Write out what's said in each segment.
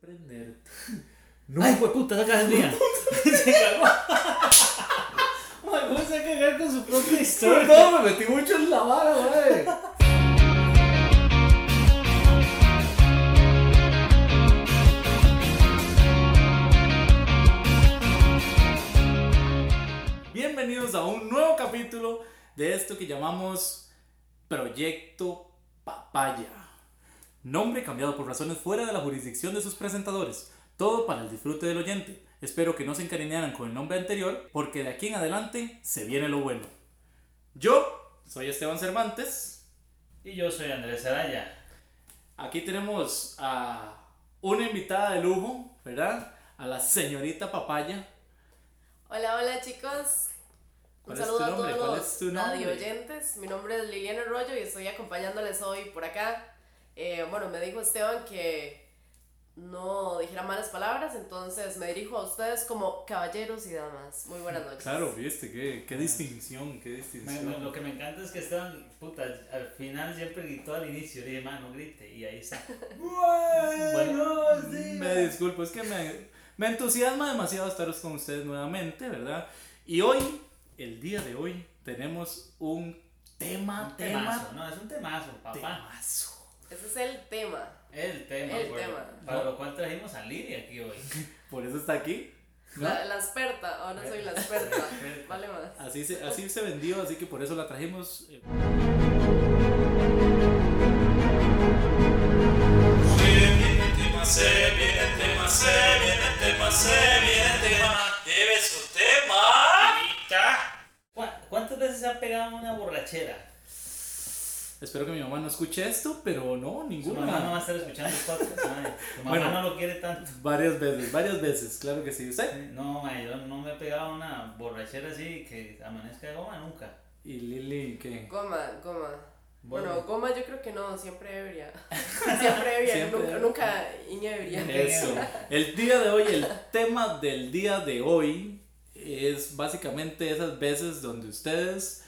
prender. No. ¡Ay, pues puta, saca el día! Se cagó. Me gusta cagar con su propia historia. No, me metí mucho en la vara, güey. Bienvenidos a un nuevo capítulo de esto que llamamos Proyecto Papaya. Nombre cambiado por razones fuera de la jurisdicción de sus presentadores. Todo para el disfrute del oyente. Espero que no se encariñaran con el nombre anterior porque de aquí en adelante se viene lo bueno. Yo soy Esteban Cervantes. Y yo soy Andrés Araya. Aquí tenemos a una invitada de lujo, ¿verdad? A la señorita Papaya. Hola, hola chicos. Un ¿Cuál es saludo tu a nombre? todos ¿Cuál los es tu nombre? radio oyentes. Mi nombre es Liliana Arroyo y estoy acompañándoles hoy por acá. Eh, bueno, me dijo Esteban que no dijera malas palabras, entonces me dirijo a ustedes como caballeros y damas. Muy buenas noches. Claro, viste, qué, qué distinción, qué Me- distinción. me- lo que me encanta es que Esteban, puta, al final siempre gritó al inicio. Le dije, "Ma, no grite. Y ahí está. Bueno, días. Me disculpo, es que me, me entusiasma demasiado estar con ustedes nuevamente, ¿verdad? Y hoy, el día de hoy, tenemos un tema, Un tema, temazo, no, es un temazo, papá. temazo. Ese es el tema. El tema, El por- tema. Para lo cual trajimos a Lidia aquí hoy. Por eso está aquí. ¿no? La, la experta, ahora soy la experta. vale más. Así se, así se vendió, así que por eso la trajimos. eh, ¿Cuá- ¿Cuántas veces se ha pegado una borrachera? Espero que mi mamá no escuche esto, pero no, Su mamá no va ninguna. a estar escuchando el podcast, mae. Su mamá Bueno. no lo quiere tanto. Varias veces, varias veces, claro que sí. ¿Usted? No, mae, yo no me he pegado una borrachera así que amanezca de goma nunca. Y Lili, ¿qué? Goma, goma. Bueno, Bueno. goma yo creo que no, siempre ebria. siempre ebria, Siempre nunca, ebria. nunca inebria. Eso. El día de hoy, el tema del día de hoy es básicamente esas veces donde ustedes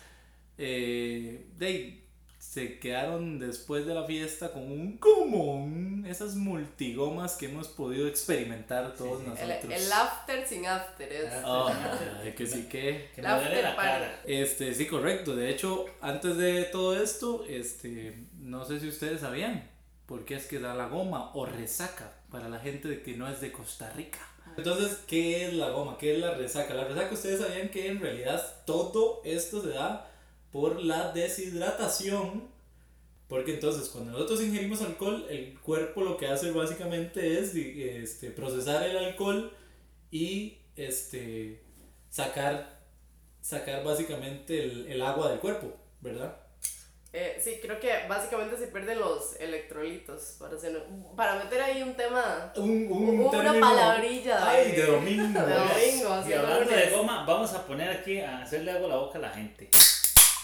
eh, de- se quedaron después de la fiesta con un común, esas multigomas que hemos podido experimentar todos Sí, sí. El, nosotros. el after sin after es. Ah. Ah, ay, que sí que. Que me La duele la after party. cara. Este, sí, correcto. De hecho, antes de todo esto, este, no sé si ustedes sabían por qué es que da la goma o resaca para la gente de que no es de Costa Rica. Entonces, ¿qué es la goma? ¿Qué es la resaca? La resaca, ustedes sabían que en realidad todo esto se da por la deshidratación. Porque entonces, cuando nosotros ingerimos alcohol, el cuerpo lo que hace básicamente es di- este, procesar el alcohol y este, sacar sacar básicamente el, el agua del cuerpo, ¿verdad? Eh, sí, creo que básicamente se pierden los electrolitos para, hacer- para meter ahí un tema, Un, un una término- palabrilla Ay, de domingo. de domingo, así Y hablando lunes. de goma, vamos a poner aquí a hacerle agua a la boca a la gente.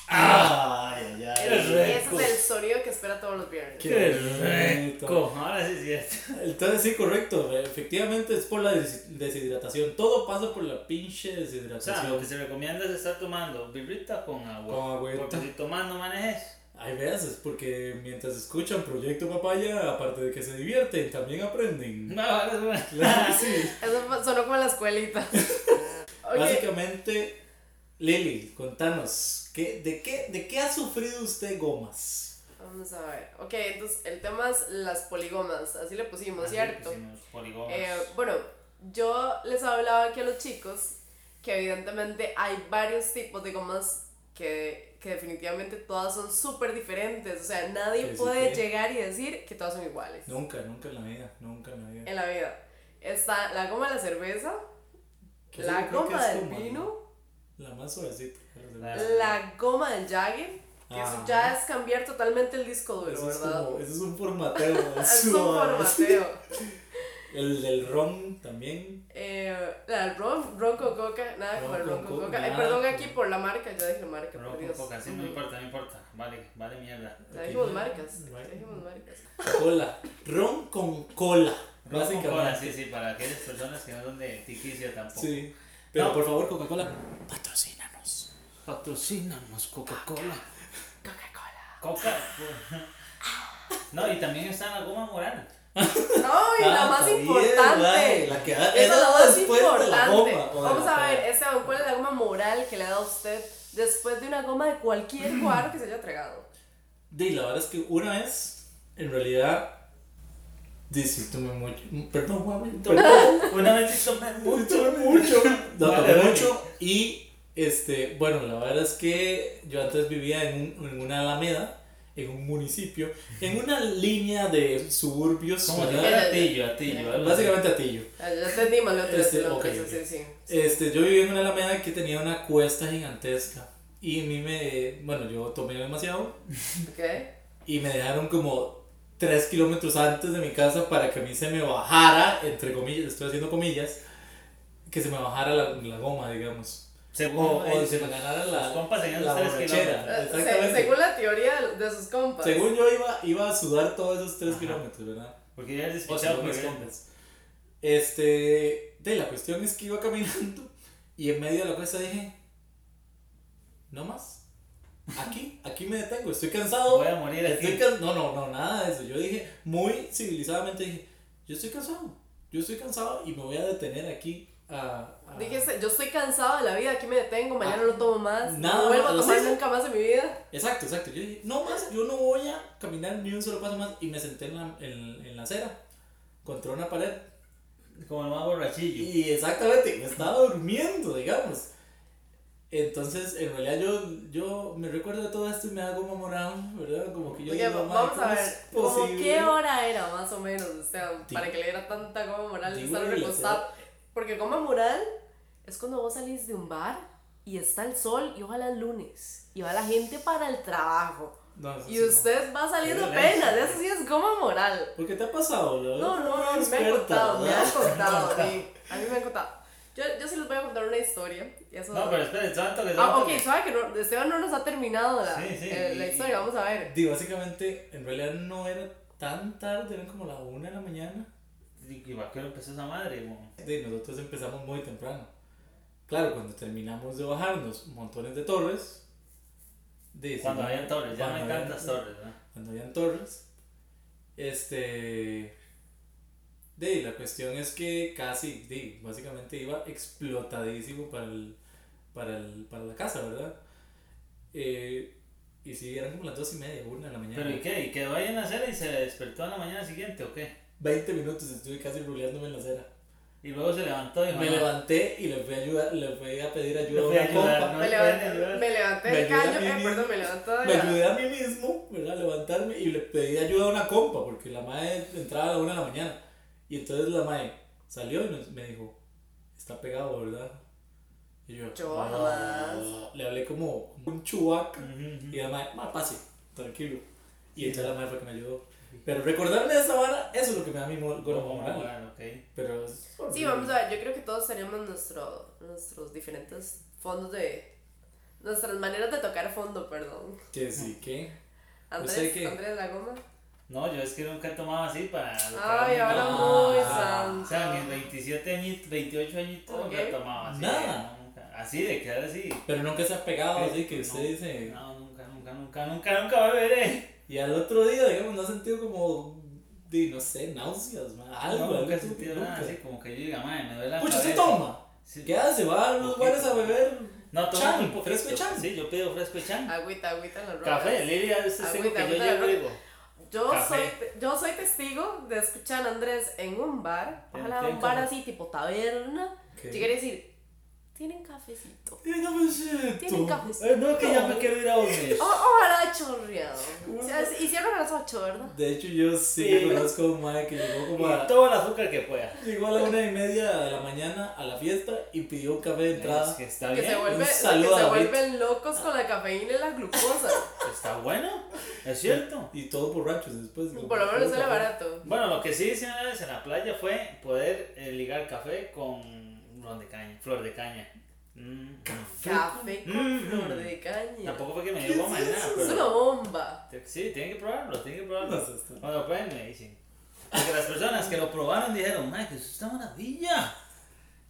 Ay, ay, Eres Y re- ay. ese es el sonido que espera todos los viernes. Qué bonito. rico! Ahora sí es cierto. Entonces sí, correcto. Efectivamente es por la des- deshidratación. Todo pasa por la pinche O sea, lo deshidratación. que se recomienda es estar tomando birrita con agua. Con agüita. Porque si tomando manejes. Hay veces porque mientras escuchan Proyecto Papaya, aparte de que se divierten, también aprenden. No, ahora es bueno. Claro que sí. Eso fue- sonó como la escuelita. Ok, Básicamente, Lili, contanos, ¿qué, de, qué, ¿de qué ha sufrido usted gomas? vamos a ver. Ok, entonces el tema es las poligomas, así le pusimos, Así ¿cierto? pusimos poligomas. Eh, bueno, yo les hablaba que a los chicos que evidentemente hay varios tipos de gomas que, que definitivamente todas son súper diferentes. O sea, nadie Que sí puede que- llegar y decir que todas son iguales Nunca, nunca en la vida, nunca en la vida. en la vida. Está la goma de la cerveza, Que sí, la yo creo que goma es del como vino, La más suavecita. pero de- Ah, la goma del jagger, que Ah. eso ya es cambiar totalmente el disco duro, Eso es, ¿verdad? como, eso es un formateo. Es un suave. formateo. El del ron también. Eh, la ron, ron con coca, nada Ron como el ron con con coca, coca. Ay, nada perdón con- aquí por la marca, ya dije marca, Pero por con Dios. coca, sí, no Ujú. importa, no importa. Vale, vale mierda. Ya Ok. dijimos marcas, ya Marca. dijimos marcas. Cola. Ron con cola. Básicamente. Coca-Cola, sí, sí, para aquellas personas que no son de tiquicia tampoco. Sí. Pero No. por favor, Coca-Cola, patrocínanos. Patrocínanos Coca-Cola. Coca-Cola. Coca. No, y también está la goma moral. No, y la Ah, más está bien, importante. mae, la que da- Esa es la va más después importante. de la goma, o de Vamos la- a ver, Esteban, ¿cuál es la goma moral que le da a usted después de una goma de cualquier cuadro que se haya entregado? De la verdad es que una vez, en realidad, dice, tomé mucho. Perdón, mami, tomé Una vez sí tomé mucho. tomé mucho. No, Vale, tomé vale. mucho. Y, este, bueno, la verdad es que yo antes vivía en, un- en una alameda, en un municipio, en una línea de suburbios. Como ¿verdad? yo era atillo, atillo. algo así. Básicamente atillo. Ah, Ya entendí mal lo que Este, lo que ok, sí, ok. sí, sí. Este, yo vivía en una alameda que tenía una cuesta gigantesca. Y a mí me. Bueno, yo tomé demasiado. Ok. y me dejaron como 3 kilómetros antes de mi casa para que a mí se me bajara, entre comillas, estoy haciendo comillas, que se me bajara la, la goma, digamos. O, Según o ellos, se me ganara los la, compas tenían la los tres borrachera. kilómetros. Ah, se- Exactamente. según la teoría de, de sus compas. Según yo iba, iba a sudar todos esos 3 Ajá. kilómetros, ¿verdad? Porque ya eres O sea, despechado mis por él. compas. Este, de la cuestión es que iba caminando y en medio de la cuesta dije, no más. Aquí, aquí me detengo, estoy cansado. Voy a morir Estoy aquí. can- No, no, no, nada de eso. Yo dije, muy civilizadamente dije, yo estoy cansado, yo estoy cansado y me voy a detener aquí a... a- Dijiste, yo estoy cansado de la vida, aquí me detengo, mañana Ah, no tomo más, no nada, vuelvo a no, tomar sí, sí. nunca más en mi vida. Exacto, exacto. Yo dije, no más, yo no voy a caminar ni un solo paso más y me senté en la, en, en la acera, contra una pared. Como el más borrachillo. Y exactamente, me estaba durmiendo, digamos. Entonces, en realidad yo, yo me recuerdo de todo esto y me da como morado, ¿verdad? Como que yo Ok, digo, "Mae, vamos ¿cómo a ver, es ¿cómo posible?" qué hora era más o menos, o sea, Di- para que le diera tanta goma moral de digo estar de las recostado? Porque goma moral es cuando vos salís de un bar y está el sol y ojalá el lunes y va la gente para el trabajo No, eso sí, y no. usted va saliendo Qué violencia. apenas, eso sí es goma moral. ¿Por qué te ha pasado? La No, verdad, no, eres no, me han experta, contado, me ¿verdad? han contado, sí. A mí me han contado. Yo, yo sí les voy a contar una historia. y eso- No, pero espera, tanto que Ah, ok, tanto que- sabe que no- Esteban no nos ha terminado la, Sí, sí, eh, la y- historia, vamos a ver. Digo, básicamente, en realidad no era tan tarde, eran como la una de la mañana. ¿Y va que empezó esa madre? mo? De nosotros empezamos muy temprano. Claro, cuando terminamos de bajarnos montones de torres. De, Cuando sí, habían torres, ya no cuando hay habían- tantas torres, ¿no? Cuando habían torres. Este. De, la cuestión es que casi, de, básicamente iba explotadísimo para, el, para, el, para la casa, ¿verdad? Eh, y sí, eran como las dos y media, una de la mañana. ¿Pero y qué? ¿Y quedó ahí en la acera y se despertó en la mañana siguiente o qué? 20 minutos estuve casi ruleándome en la acera. Y luego se levantó y dijo, Me "No, levanté y le fui a, ayudar, le fui a pedir ayuda Le a fui a una ayudar, compa. no me, le levanté, pueden ayudar. me levanté Me del ayuda a callo, mí eh, mismo. perdón, me levanté de Me la- ayudé a mí mismo, ¿verdad? A levantarme y le pedí ayuda a una compa porque la madre entraba a la una de la mañana. Y entonces la madre salió y nos- me dijo, está pegado, ¿verdad? Y yo, Yo "Ah". jamás. Le hablé como un chubaca. ujú, ujú". Y la madre, "Ma, pase, tranquilo. Y entonces la madre fue que me ayudó. Pero recordarme de esa vara, eso es lo que me da mi mor- Bueno, gorro moral. Oh, bueno, ok. Pero es Sí, horrible. vamos a ver, yo creo que todos tenemos nuestro, nuestros diferentes fondos de... Nuestras maneras de tocar fondo, perdón. Que sí, que... Andrés, sé que- Andrés la goma. No, yo es que nunca he tomado así para... lo que Ay, era mi- ahora no. muy Ah, santo. O sea, mis 27 añitos, 28 añitos nunca he Ok. tomado así. Nada. no, nunca. Así de quedar así. Pero nunca se ha pegado, así que No, usted dice. No, nunca, nunca, nunca, nunca, nunca beberé. Y al otro día, digamos, no ha sentido como. De, no sé, náuseas, ma, algo. No, algo nunca he así, sentido nada así, como que yo diga, madre, me duele la Ah, Pucha, usted cabeza". toma. Sí. Ya se va a los Poquito. bares a beber. No, tomo Chan, un poquito. fresco y chan. Sí, yo pido fresco y chan. Agüita, agüita en la ropa. Café, Lilia, usted es Ah, Agüita, que yo agüita, llego y agüita. digo. Yo Café. soy, te- yo soy testigo de escuchar a Andrés en un bar, Ten- ojalá ten un bar café. así tipo taberna, ¿Qué? llegar y decir, tienen cafecito. Tiene cafecito. Tienen cafecito. Eh, No, que ya me quiero ir a dormir. O- ojalá chorreado. O sea, es- Y cierran a las 8, ¿verdad? De hecho, yo sí, Sí. conozco a un mae que llegó como Y a. todo el azúcar que pueda. Llegó a la una y media de la mañana a la fiesta y pidió un café de entrada. Es que está Que bien. se, vuelve, ¿Eh? un que saludo a se David. vuelven locos con la cafeína y la glucosa. Está bueno. Es cierto. Y todos borrachos después. como, Por lo menos "Puro sale café". barato. Bueno, lo que sí hice una vez en la playa fue poder eh, ligar café con ron de caña, flor de caña. Mm. Café con Mm. flor de caña. Tampoco fue que me dio goma ni nada, Es una pero. bomba. te- Sí, tienen que probarlo, tienen que No probarlo. sé, está- Cuando lo prueben me dicen. Porque las personas que lo probaron dijeron, madre, que eso está maravilla.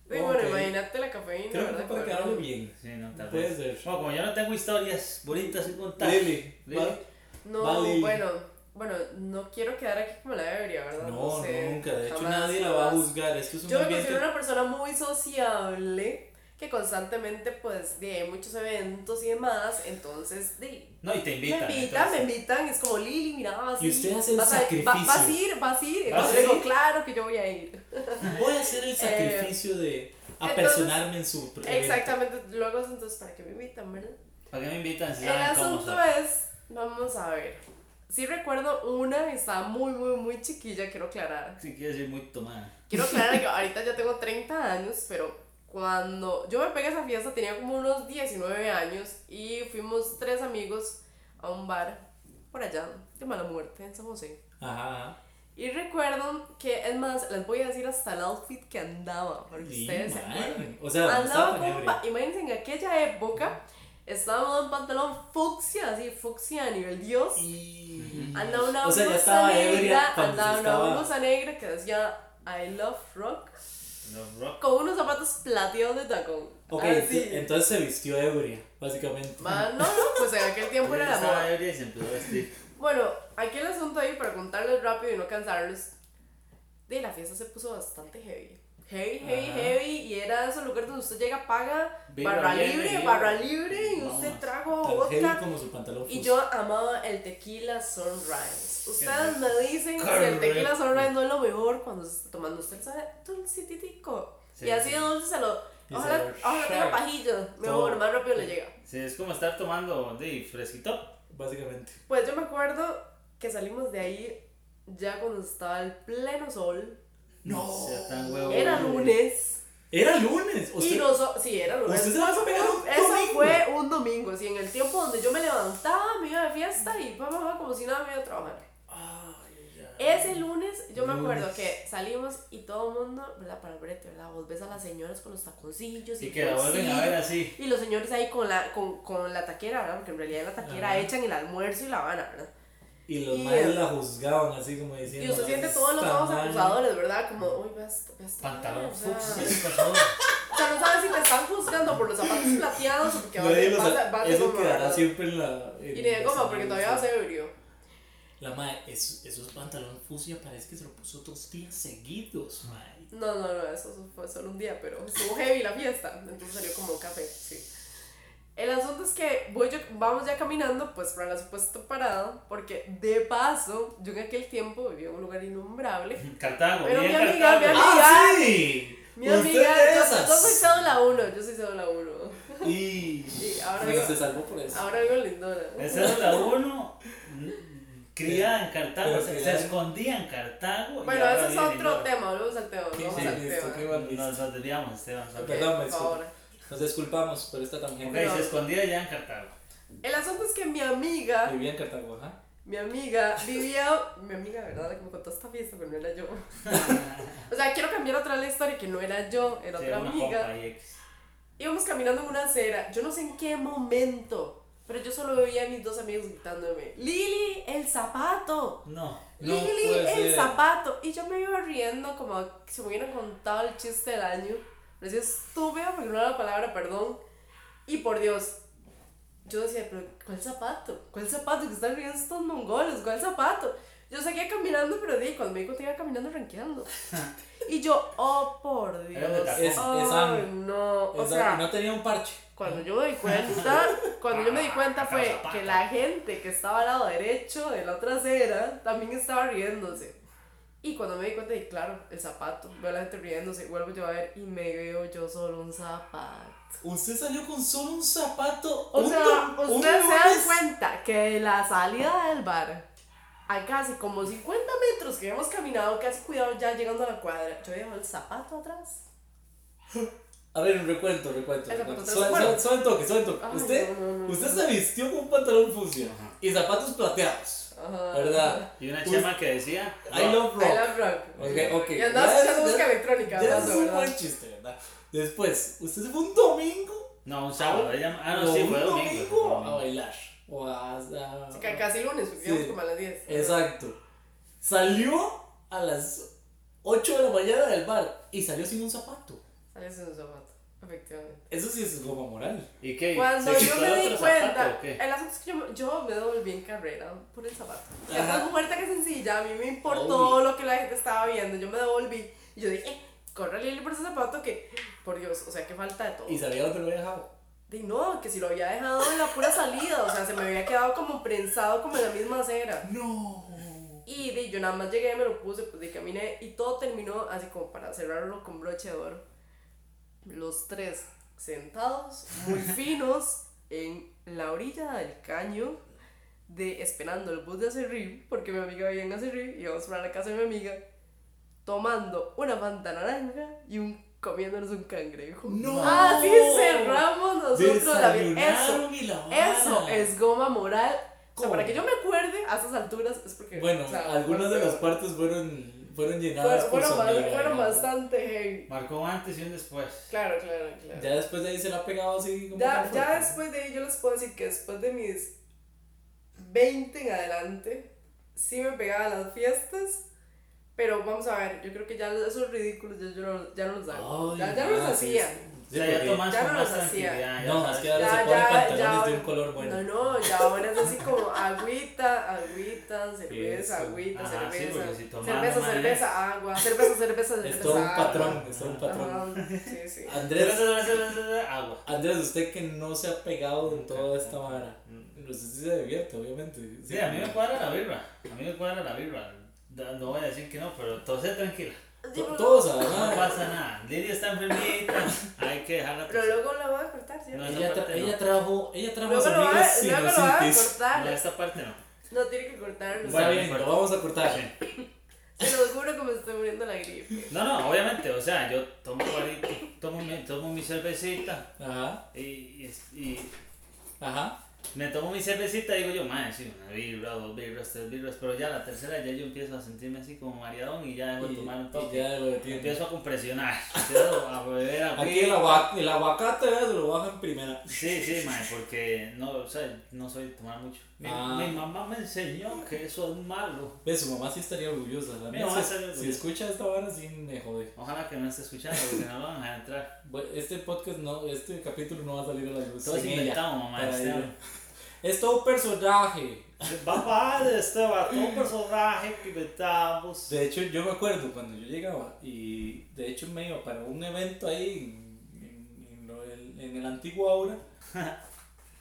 Sí, bueno, Ok. imagínate la cafeína, Creo que ¿verdad? fue para quedarle bien. Sí, no, tal Puede vez. ser. Bueno, como yo no tengo historias bonitas que contar. Lili, Lili. ¿va? No, Vale. bueno, Bueno, no quiero quedar aquí como la ebria, ¿verdad? No, sé, nunca. De hecho, jamás, nadie la va a jamás. juzgar. Esto es un Yo me ambiente. considero una persona muy sociable que constantemente, pues, de muchos eventos y demás, entonces, de, No, y te invitan. me invitan, me entonces. invitan, es como Lili, mira, vas Y usted hace el vas a- va- sacrificio. vas a ir, vas a ¿Vas ir, a entonces digo, ir? claro que yo voy a ir. Voy a hacer Eh, el sacrificio de apersonarme en su. evento. Exactamente, luego es entonces para que me invitan, ¿verdad? ¿Para qué me invitan si El saben Ah, cómo asunto soy? es, vamos a ver, sí recuerdo una, estaba muy, muy, muy chiquilla, quiero aclarar. Si quieres ir muy tomada. Quiero aclarar que ahorita ya tengo 30 años, pero cuando yo me pegué a esa fiesta tenía como unos 19 años y fuimos tres amigos a un bar por allá de mala muerte en San José. Ajá. Y recuerdo que, es más, les voy a decir hasta el outfit que andaba, porque Sí, ustedes se man. acuerdan. O sea, andaba estaba con, tan un ebrio. pa- imagínense, en aquella época, estaba en un pantalón fucsia, así, fucsia a nivel dios. Y- Andaba una O sea, ya blusa estaba ebria negra, cuando andaba se una estaba- blusa negra que decía I love rock, Los rock. con unos zapatos plateados de tacón. Ok, Así. ent- entonces se vistió ebria, básicamente. Ma- no, no, pues en aquel tiempo era la moda. Estaba ebria y se empezó a vestir. Bueno, aquí el asunto ahí, para contarles rápido y no cansarlos, de la fiesta se puso bastante heavy. Heavy, heavy, Ajá. heavy, y era ese lugar donde usted llega, paga, Vibra, barra viene, libre, vibra. barra libre, y No, usted ma, trago Tan heavy vodka. como su pantalón. pues, Y fucsia. yo amaba el tequila sunrise. Ustedes rico. me dicen si el Qué tequila rico. sunrise no es lo mejor cuando se está tomando. Usted sabe, dulcititico. Sí, y así sí. de dulce se lo. Y se Ojalá, lo ojalá tenga shag. pajillo. Todo. Mejor, más rápido le llega. Sí, es como estar tomando de fresquito. Básicamente. Pues yo me acuerdo que salimos de ahí ya cuando estaba el pleno sol. No. sea tan huevo. Era lunes. Era lunes. O Y sea, nosotros. Sí, era lunes. usted se la va a pegar un Eso domingo. fue un domingo, así en el tiempo donde yo me levantaba, me iba de fiesta y papá, papá, como si nada me iba a trabajar. Ay, ay, ay. Ese lunes, yo me acuerdo Lunes. que salimos y todo el mundo, ¿verdad? Para el brete, ¿verdad? Vos ves a las señoras con los taconcillos Y y, que la vuelven a ver así. Y los señores ahí con la, con, con la taquera, ¿verdad? Porque en realidad en la taquera Ajá. echan el almuerzo y la habana, ¿verdad? Y los Y- madres la juzgaban así como diciendo. Y usted siente todos los "Esta ojos madre". acusadores, ¿verdad? Como, uy, veas, veas. Pantalón O sea, fucsia. o sea, no sabes si me están juzgando por los zapatos plateados o porque No digo, o sea, vas de- vas de eso goma, quedará ¿verdad? siempre en la. en Y ni de la goma, porque todavía vas semana. ebrio. La madre, es- esos pantalones fucsia parece que se lo puso dos días seguidos, madre. No, no, no, eso fue solo un día, pero estuvo heavy la fiesta, entonces salió como un café, sí. El asunto es que voy yo- vamos ya caminando, pues, para la supuesta parada, porque de paso, yo en aquel tiempo vivía en un lugar innombrable. Cartago, Pero bien mi amiga, Cartago. mi amiga. ¡Ah, sí! Mi Usted amiga, de yo, esas. yo soy cédula 1, yo soy cédula 1. Y. Y ahora Bueno, vivo- se salvó por eso. Ahora vivo en lindona. Esa es la uno. Criada en Cartago, Pero se, se criada. escondía en Cartago. y Bueno, ahora ese es vive en otro Lindor. tema, volvemos al tema, volvemos sí, al listo, tema. qué bueno. Nos nos desviamos, Esteban. sorry. Perdón, me Por favor. Nos disculpamos por esta Ok, tangente. se escondía ya en Cartago. El asunto es que mi amiga Vivía en Cartago, ajá. Mi amiga vivía, mi amiga, ¿verdad? La que me contó esta fiesta, pero no era yo. o sea, quiero cambiar otra vez la historia, que no era yo, era Sí, otra una amiga. compa ahí, ex. Íbamos caminando en una acera, yo no sé en qué momento, pero yo solo veía a mis dos amigos gritándome, Lili, el zapato. No. No Lili, puede ser. el zapato. Y yo me iba riendo como si me hubieran contado el chiste del año. Me decía estúpida, porque no era la palabra, perdón. Y por Dios, yo decía, pero ¿cuál zapato? ¿Cuál zapato? Que están riendo estos mongoles, ¿cuál zapato? Yo seguía caminando, pero di, cuando me dijo que iba caminando, ranqueando. Y yo, oh, por Dios. Era de tacón. Es- es Ay, hambre. no. O Esa- sea, no tenía un parche. cuando yo me di cuenta, cuando yo me di cuenta fue que la gente que estaba al lado derecho de la otra acera también estaba riéndose. Y cuando me di cuenta, dije, claro, el zapato. Veo a la gente riéndose, vuelvo yo a ver y me veo yo solo un zapato. Usted salió con solo un zapato. O un sea, dom- un ustedes se dan lunes. cuenta que de la salida del bar a casi como 50 metros que habíamos caminado, casi cuidado ya llegando a la cuadra, yo dejo el zapato atrás. A ver, un recuento, recuento. El recuento. zapato, Suave, bueno. suave- suave toque, suave toque. Ay, usted no, no, no, usted no. se vistió con un pantalón fucsia y zapatos plateados. Ajá. ¿Verdad? Y una Uy. chema que decía. I love I rock. love rock. Ok, ok. Y andabas Ya, haciendo ya, música ya. electrónica. Ya hablando, es un ¿verdad? buen chiste, ¿verdad? Después, usted se fue un domingo. No, un sábado. ella- ah, no, o sí, un fue domingo. fue domingo. a bailar. O a. a- Sí, ca- Casi lunes, porque íbamos Sí. como a las 10. Exacto. Salió a las 8 de la mañana del bar y salió sin un zapato. Sales en un zapato. Efectivamente. Eso sí es goma moral. ¿Y qué? Cuando ¿Se yo quitó me el di otro cuenta, zapato o qué? el asunto es que yo, yo me devolví en carrera por el zapato. Ajá. Esa es muerta que sencilla, a mí me importó Uy. lo que la gente estaba viendo, yo me devolví. Y yo dije, eh, corre Lili por ese zapato que, por Dios, o sea, que falta de todo. ¿Y sabía dónde lo había dejado? Di no, que si lo había dejado en la pura salida, o sea, se me había quedado como prensado como en la misma acera. No. Y di, yo nada más llegué, me lo puse, pues di, caminé y todo terminó así como para cerrarlo con broche de oro. Los tres sentados, muy finos, en la orilla del caño, de esperando el bus de Acerril, porque mi amiga vivía en Acerril, y íbamos para la casa de mi amiga, tomando una fanta naranja y un comiéndonos un cangrejo. ¡No! Así cerramos nosotros la vida. Eso, Desayunaron y la vara. eso es goma moral. O sea, ¿Cómo? para que yo me acuerde a estas alturas es porque. Bueno, o sea, algunas de fueron- las partes fueron, fueron llenadas por Fueron, fueron su ba- amiga, fueron digamos. bastante heavy. Marcó un antes y un después. Claro, claro, claro. Ya después de ahí se la ha pegado así como Ya, tan ya fuerte. después de ahí yo les puedo decir que después de mis 20 en adelante, sí me pegaba a las fiestas, pero vamos a ver, yo creo que ya esos ridículos ya, yo no, ya no los hago. Ay, ya, ya no los ah, sí, hacía. sí, O sea, ya porque- tomas Ya con no más los hacía. tranquilidad. ya No, sabes. es que ahora Ya, se ponen ya, pantalones ya. de un color bueno. No, no, ya ahora es así como agüita, agüita, cerveza, Eso. agüita, Ajá, sí, cerveza. porque si tomamos cerveza, mal cerveza, agua. Cerveza, cerveza, cerveza. ¿eh? Es todo un agua. patrón, es todo un patrón. Ah, Ajá, sí, sí. Andrés, Agua. Andrés, usted que no se ha pegado en toda esta vara. Mm. Usted sí se divierte, obviamente. Sí, a mí me cuadra la vibra. A mí me cuadra la vibra. Da- No voy a decir que no, pero tose tranquila. To- Todos, No además. pasa nada. Lidia está enfermita. Hay que dejarla. Pero toser. luego la voy a cortar, ¿sí? No, Luego Ella, tra- ella trajo, ella trajo lo a su va amiga a- luego lo va a sinusitis. No, cortar. esta parte no. No tiene que cortarlo. Está Bueno, bien, pero- lo vamos a cortar. Sí. Se lo juro que me estoy muriendo la gripe. No, no, obviamente. O sea, yo tomo, guarito, tomo, mi, tomo mi cervecita Ajá, y, y, y ajá. me tomo mi cervecita y digo yo, madre, sí, una vibra, dos vibras, tres vibras. Pero ya la tercera ya yo empiezo a sentirme así como mareadón y ya dejo Y, de tomar un y toque. ya lo detiene. Empiezo a compresionar, empiezo a beber a Aquí el, aguac- el aguacate ¿verdad? se lo baja en primera. Sí, sí, mae, porque no, o sea, no soy de tomar mucho. Mi, Ah. mi mamá me enseñó que eso es malo. Ve, su mamá sí estaría orgullosa. La Mi mía mamá si, estaría si orgullosa. escucha esta vara, sí me jode. Ojalá que no esté escuchando, porque no lo van a entrar. Bueno, Este podcast, no, este capítulo no va a salir a la luz. Todo es sin ella, inventado, mamá. para este- ella. Es todo un personaje. Papá de este vato, un personaje que inventamos. De hecho, yo me acuerdo cuando yo llegaba y de hecho me iba para un evento ahí en, en- en lo del- en el antiguo Aura.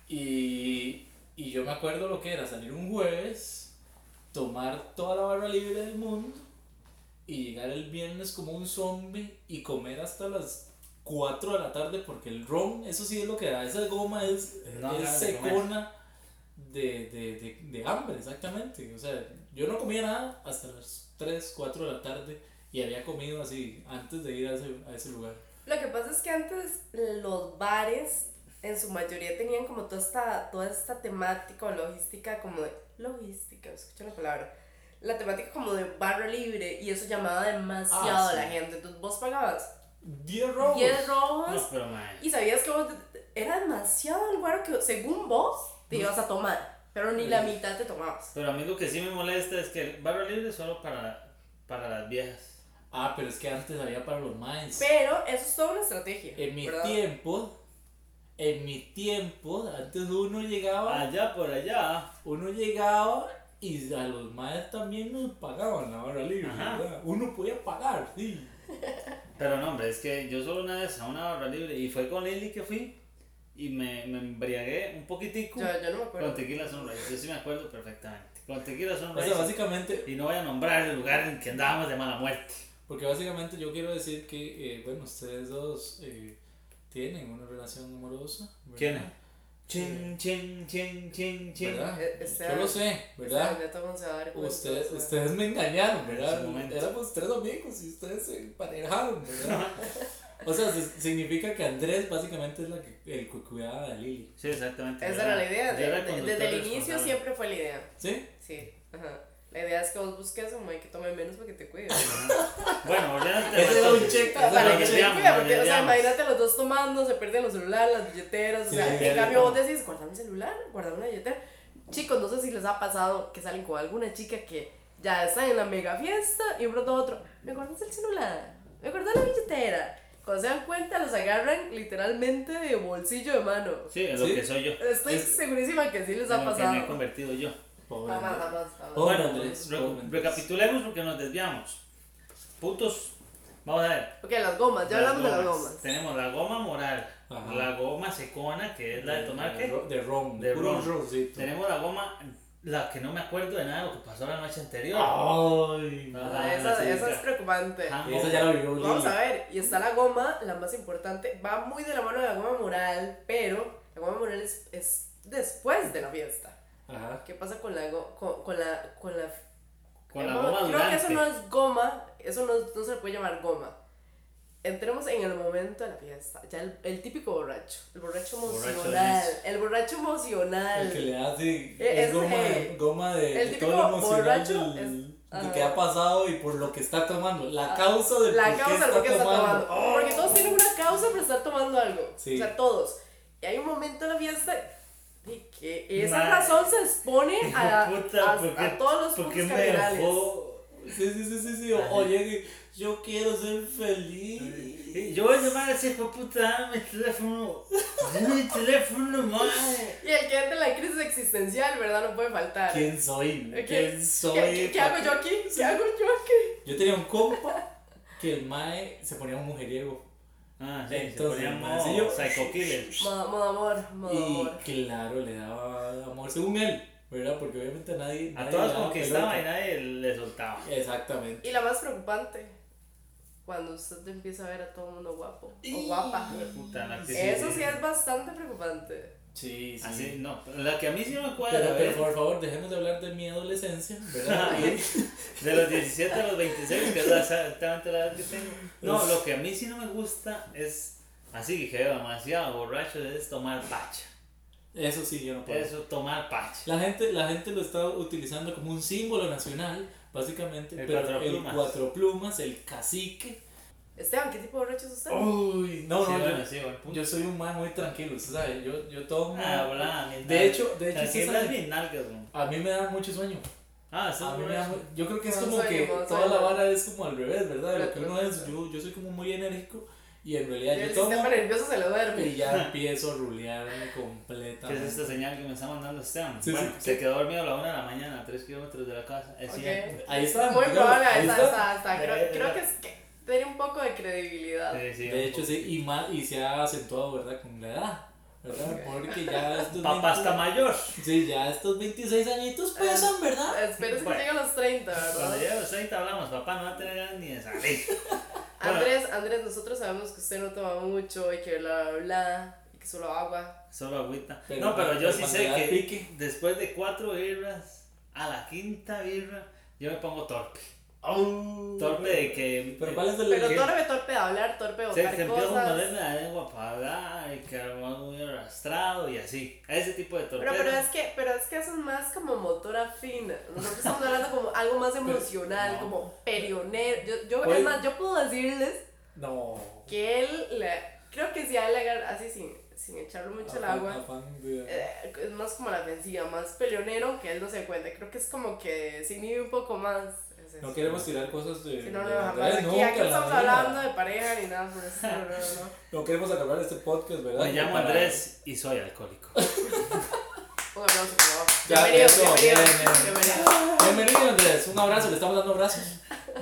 y, y yo me acuerdo lo que era salir un jueves, tomar toda la barra libre del mundo y llegar el viernes como un zombie y comer hasta las 4 de la tarde porque el ron, eso sí es lo que da, esa goma es, No, es ganas de comer. secona de, de, de, de hambre, exactamente. O sea, yo no comía nada hasta las 3, 4 de la tarde y había comido así antes de ir a ese, a ese lugar. Lo que pasa es que antes los bares en su mayoría tenían como toda esta, toda esta temática o logística como de... Logística, escucha la palabra. La temática como de barra libre y eso llamaba demasiado Ah, a la sí. gente. Entonces vos pagabas 10 robos. 10 rojos No, pero mae. Y sabías que vos te- era demasiado el guaro que según vos te ibas a tomar, pero ni la mitad te tomabas. Pero a mí lo que sí me molesta es que el barrio libre es solo para, para las viejas. Ah, pero es que antes había para los maes. Pero eso es toda una estrategia. En mi ¿verdad? tiempo, en mi tiempo, antes uno llegaba, Allá por allá. uno llegaba y a los maes también nos pagaban la hora libre, Ajá. ¿verdad? Uno podía pagar, sí. Pero no, hombre, es que yo solo una vez a una barra libre y fue con Lili que fui y me, me embriagué un poquitico. Yo, yo no me acuerdo. Con tequila sunrise, yo sí me acuerdo perfectamente. Con tequila O sunrise. sea, básicamente Y no voy a nombrar el lugar en que andábamos de mala muerte. Porque básicamente yo quiero decir que, eh, bueno, ustedes dos eh, tienen una relación amorosa. ¿verdad? ¿Quién? Chin, chin, chin, chin, chin. ¿Verdad? Eh, este- yo lo sé, ¿verdad? Ya todo el mundo se va a dar cuenta, Ustedes, o sea. ustedes me engañaron, En su ¿verdad? momento. Éramos tres amigos y ustedes se emparejaron, ¿verdad? o sea, si- significa que Andrés básicamente es la que, el que cuidaba a Lili. Sí, exactamente. Esa yo era la idea. yo de- era de- conductor desde el inicio responsable. siempre fue la idea. ¿Sí? Sí. Ajá. La idea es que vos busques un mae que tome menos para que te cuide. Bueno, volviendo al tema. Ese era un entonces. cheque. Eso es Para lo que que te digamos, cuida, lo porque, que o sea, digamos. imagínate los dos tomando, se pierden los celulares, las billeteras, o Sí, sea, sí, en sí. cambio vos decís, guardame un celular, guardame una billetera. Chicos, no sé si les ha pasado que salen con alguna chica que ya está en la mega fiesta y un pronto a otro, me guardas el celular, me guardas la billetera. Cuando se dan cuenta, los agarran literalmente de bolsillo de mano. Sí, es lo Sí. que soy yo. Estoy Es- segurísima que sí les en ha lo que me he pasado. convertido yo. Pobre Jamás, Andrés. jamás, jamás. Pobre Bueno, pues, Andrés, re- pobre Andrés. recapitulemos porque nos desviamos. Puntos. Vamos a ver. Ok, las gomas, ya Las hablamos de las gomas. Tenemos la goma moral, Ajá. la goma secona, que es la de tomar De qué. ro- De ron. De puro ron. roncito. Tenemos la goma, la que no me acuerdo de nada de lo que pasó la noche anterior. Ay, Ah, Ah, madre, esa, sí, esa es esa- preocupante. Ajá. esa ya la vivió Vamos a Lili. ver, y está la goma, la más importante. Va muy de la mano de la goma moral, pero la goma moral es, es después de la fiesta. Ajá. ¿Qué pasa con la, go- con, con la, con la Con la Bueno, goma Creo durante. que eso no es goma, eso no, no se le puede llamar goma. Entremos en el momento de la fiesta, ya el, el típico borracho, el borracho Borracho de emocional, mes. el borracho emocional. El que le hace Eh, es es, goma, eh, goma de, el de típico todo lo emocional borracho del- es- de ajá. Ah, que ha pasado y por lo que está tomando. La causa del la por causa del por qué qué ¡Oh! está tomando. Porque todos tienen una causa para estar tomando algo, Sí. o sea, todos. Y hay un momento en la fiesta de que esa Madre. razón se expone a, Puta, a- ¿por a qué- todos los ¿Por puntos qué me cardinales. dejó? oh, Sí, sí, sí, sí, sí. O, Ajá. o llega y, yo quiero ser feliz. Yo voy a llamar a ese hijo de puta, dame mi teléfono. Dame mi teléfono, madre. Y el que entra en la crisis existencial, ¿verdad? No puede faltar. ¿Quién soy? ¿Qué- ¿Quién soy? ¿Qué, qué- qué hago yo aquí? ¿Qué hago yo aquí? Yo tenía un compa que el mae se ponía un mujeriego. Ah, sí, Entonces, se ponía madre, sí, yo- modo psycho killer. Modo, modo amor, modo Y amor. claro, le daba amor según él, ¿verdad? Porque obviamente a nadie. A nadie todas le daba conquistaba y pelota. nadie le soltaba. Exactamente. Y la más preocupante, cuando usted empieza a ver a todo el mundo guapo o guapa. Hijo de puta, la que sí- Eso sí es bastante preocupante. Sí, sí. Así, no. La que a mí sí me cuadra, ¿eh? Pero, pero ¿ves? por favor, dejemos de hablar de mi adolescencia, ¿verdad? De los 17 a los 26, que es la- exactamente la edad que tengo. No, lo que a mí sí no me gusta es, así que quedo demasiado borracho, es tomar pacha. Eso sí, yo no puedo. Eso, tomar pacha. La gente, la gente lo está utilizando como un símbolo nacional, básicamente. El pero cuatro el plumas. cuatro plumas, el cacique. Esteban, ¿qué tipo de borracho es usted? Oh, Uy, no, sí, no, bueno, yo, sí, buen punto. yo soy un man muy tranquilo, usted sabe. Yo, yo tomo. Ah, hola, mis de nalgas. hecho, de hecho, Aquí usted hablas sabe, bien nalgas, güey. a mí me da mucho sueño. Ah, sí, A mí me da borracho. mu- yo creo que es No, como soy que emo, soy toda la emo. vara es como al revés, ¿verdad? Lo que Pero- uno es, yo, yo soy como muy enérgico y en Y realidad el yo tomo sistema nervioso se le y duerme. ya empiezo a rulearme ¿Qué es completamente. esta señal que me está mandando Esteban? Sí, bueno, sí. se quedó dormido a la 1 de la mañana, a 3 kilómetros de la casa. Es Ok. cierto. Ahí está. Muy digamos, probable, ahí está, está. está, está. Creo, Eh, creo eh. que es que tiene un poco de credibilidad. Sí, sí, De hecho, sí, y, más, y se ha acentuado, ¿verdad? Con la edad, ¿verdad? Ok. Porque ya estos, Papá 20 está mayor. sí, ya estos 26 añitos Eh, pesan, ¿verdad? Espero que Bueno. lleguen los 30, Cuando ¿verdad? llegue a los 30 hablamos, papá no va a tener ganas ni de salir. Bueno. Andrés, Andrés, nosotros sabemos que usted no toma mucho y que bla, bla, bla, y que solo agua. Solo agüita. Pero no, pero cuando- yo pero sí cuando sé ya que pique. después de cuatro birras, a la quinta birra, yo me pongo torpe. Torpe de que. eh, Pero ¿cuál es el eh, Pero que- torpe, torpe de hablar, torpe de se, botar se empieza a cosas. moler la lengua para hablar y que va muy arrastrado y así. Ese tipo de torpe. Pero, pero es que, pero es que eso es más como motora fina. Nosotros estamos hablando como algo más emocional, no. como perionero. Yo, yo, Oye. es más, yo puedo decirles No. que él, le, creo que si a él le agarra así sin, sin echarle mucho el Afán- agua, afán de- eh, es más como la ofensiva, más peleonero que él no se cuenta. Creo que es como que se inhibe un poco más. Es eso. No queremos tirar cosas de. Si no, no, de- jamás. de- Aquí, nunca, aquí no la estamos verdad. hablando de pareja ni nada por eso. No, no, no. No queremos acabar este podcast, ¿verdad? Me llamo Para- Andrés y soy alcohólico. Un aplauso, por favor. Ya, Bienvenidos, eso, bienvenidos, bien, bien. bienvenidos. Bienvenido, Andrés. Un abrazo, le estamos dando abrazos.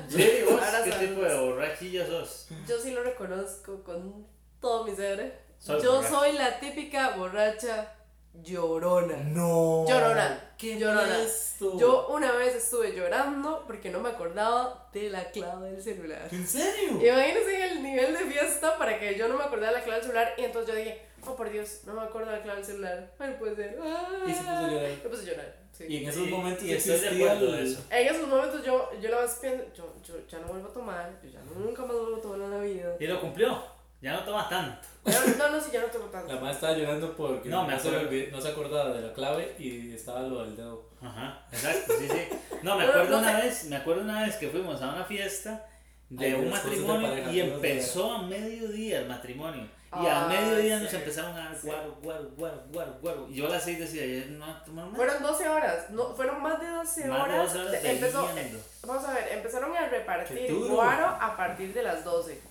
Jerry, ¿vos Ahora qué sabemos. tipo de borrachillo sos? Yo sí lo reconozco con todo mi ser. Soy yo borracha. soy la típica borracha llorona. No. Llorona. ¿Qué Llorona. es esto? Yo una vez estuve llorando porque no me acordaba de la clave del celular. ¿En serio? Imagínense el nivel de fiesta para que yo no me acordara de la clave del celular y entonces yo dije, oh por Dios, no me acuerdo de la clave del celular. Ay, puede ser. Ah. Y se puso a llorar. Me puse a llorar. sí. Y en esos Y- momentos y ya estoy de existía acuerdo el- en eso. En esos momentos yo, yo la vez pienso, yo, yo ya no vuelvo a tomar, yo ya nunca más vuelvo a tomar en la vida. Y lo cumplió. Ya no tomas tanto. Ya no- no, no, si ya no tomo tanto. La mamá estaba llorando porque No, me se, acuerdo. olvid- no se acordaba de la clave y estaba lo del dedo. Ajá, exacto, sí, sí. No, me No, acuerdo no una sé. vez, me acuerdo una vez que fuimos a una fiesta de Ay, un las cosas de matrimonio pareja, y cosas de empezó a mediodía el matrimonio. Y Ah, a mediodía nos sí. empezaron a dar Sí. guaro, guaro, guaro, guaro, guaro. Y yo a las seis decía, ya no voy a tomar más. Fueron 12 horas, no, fueron más de 12 Más de horas. dos horas empezó, bebiendo. vamos a ver, empezaron a Qué repartir duro. guaro a partir de las 12.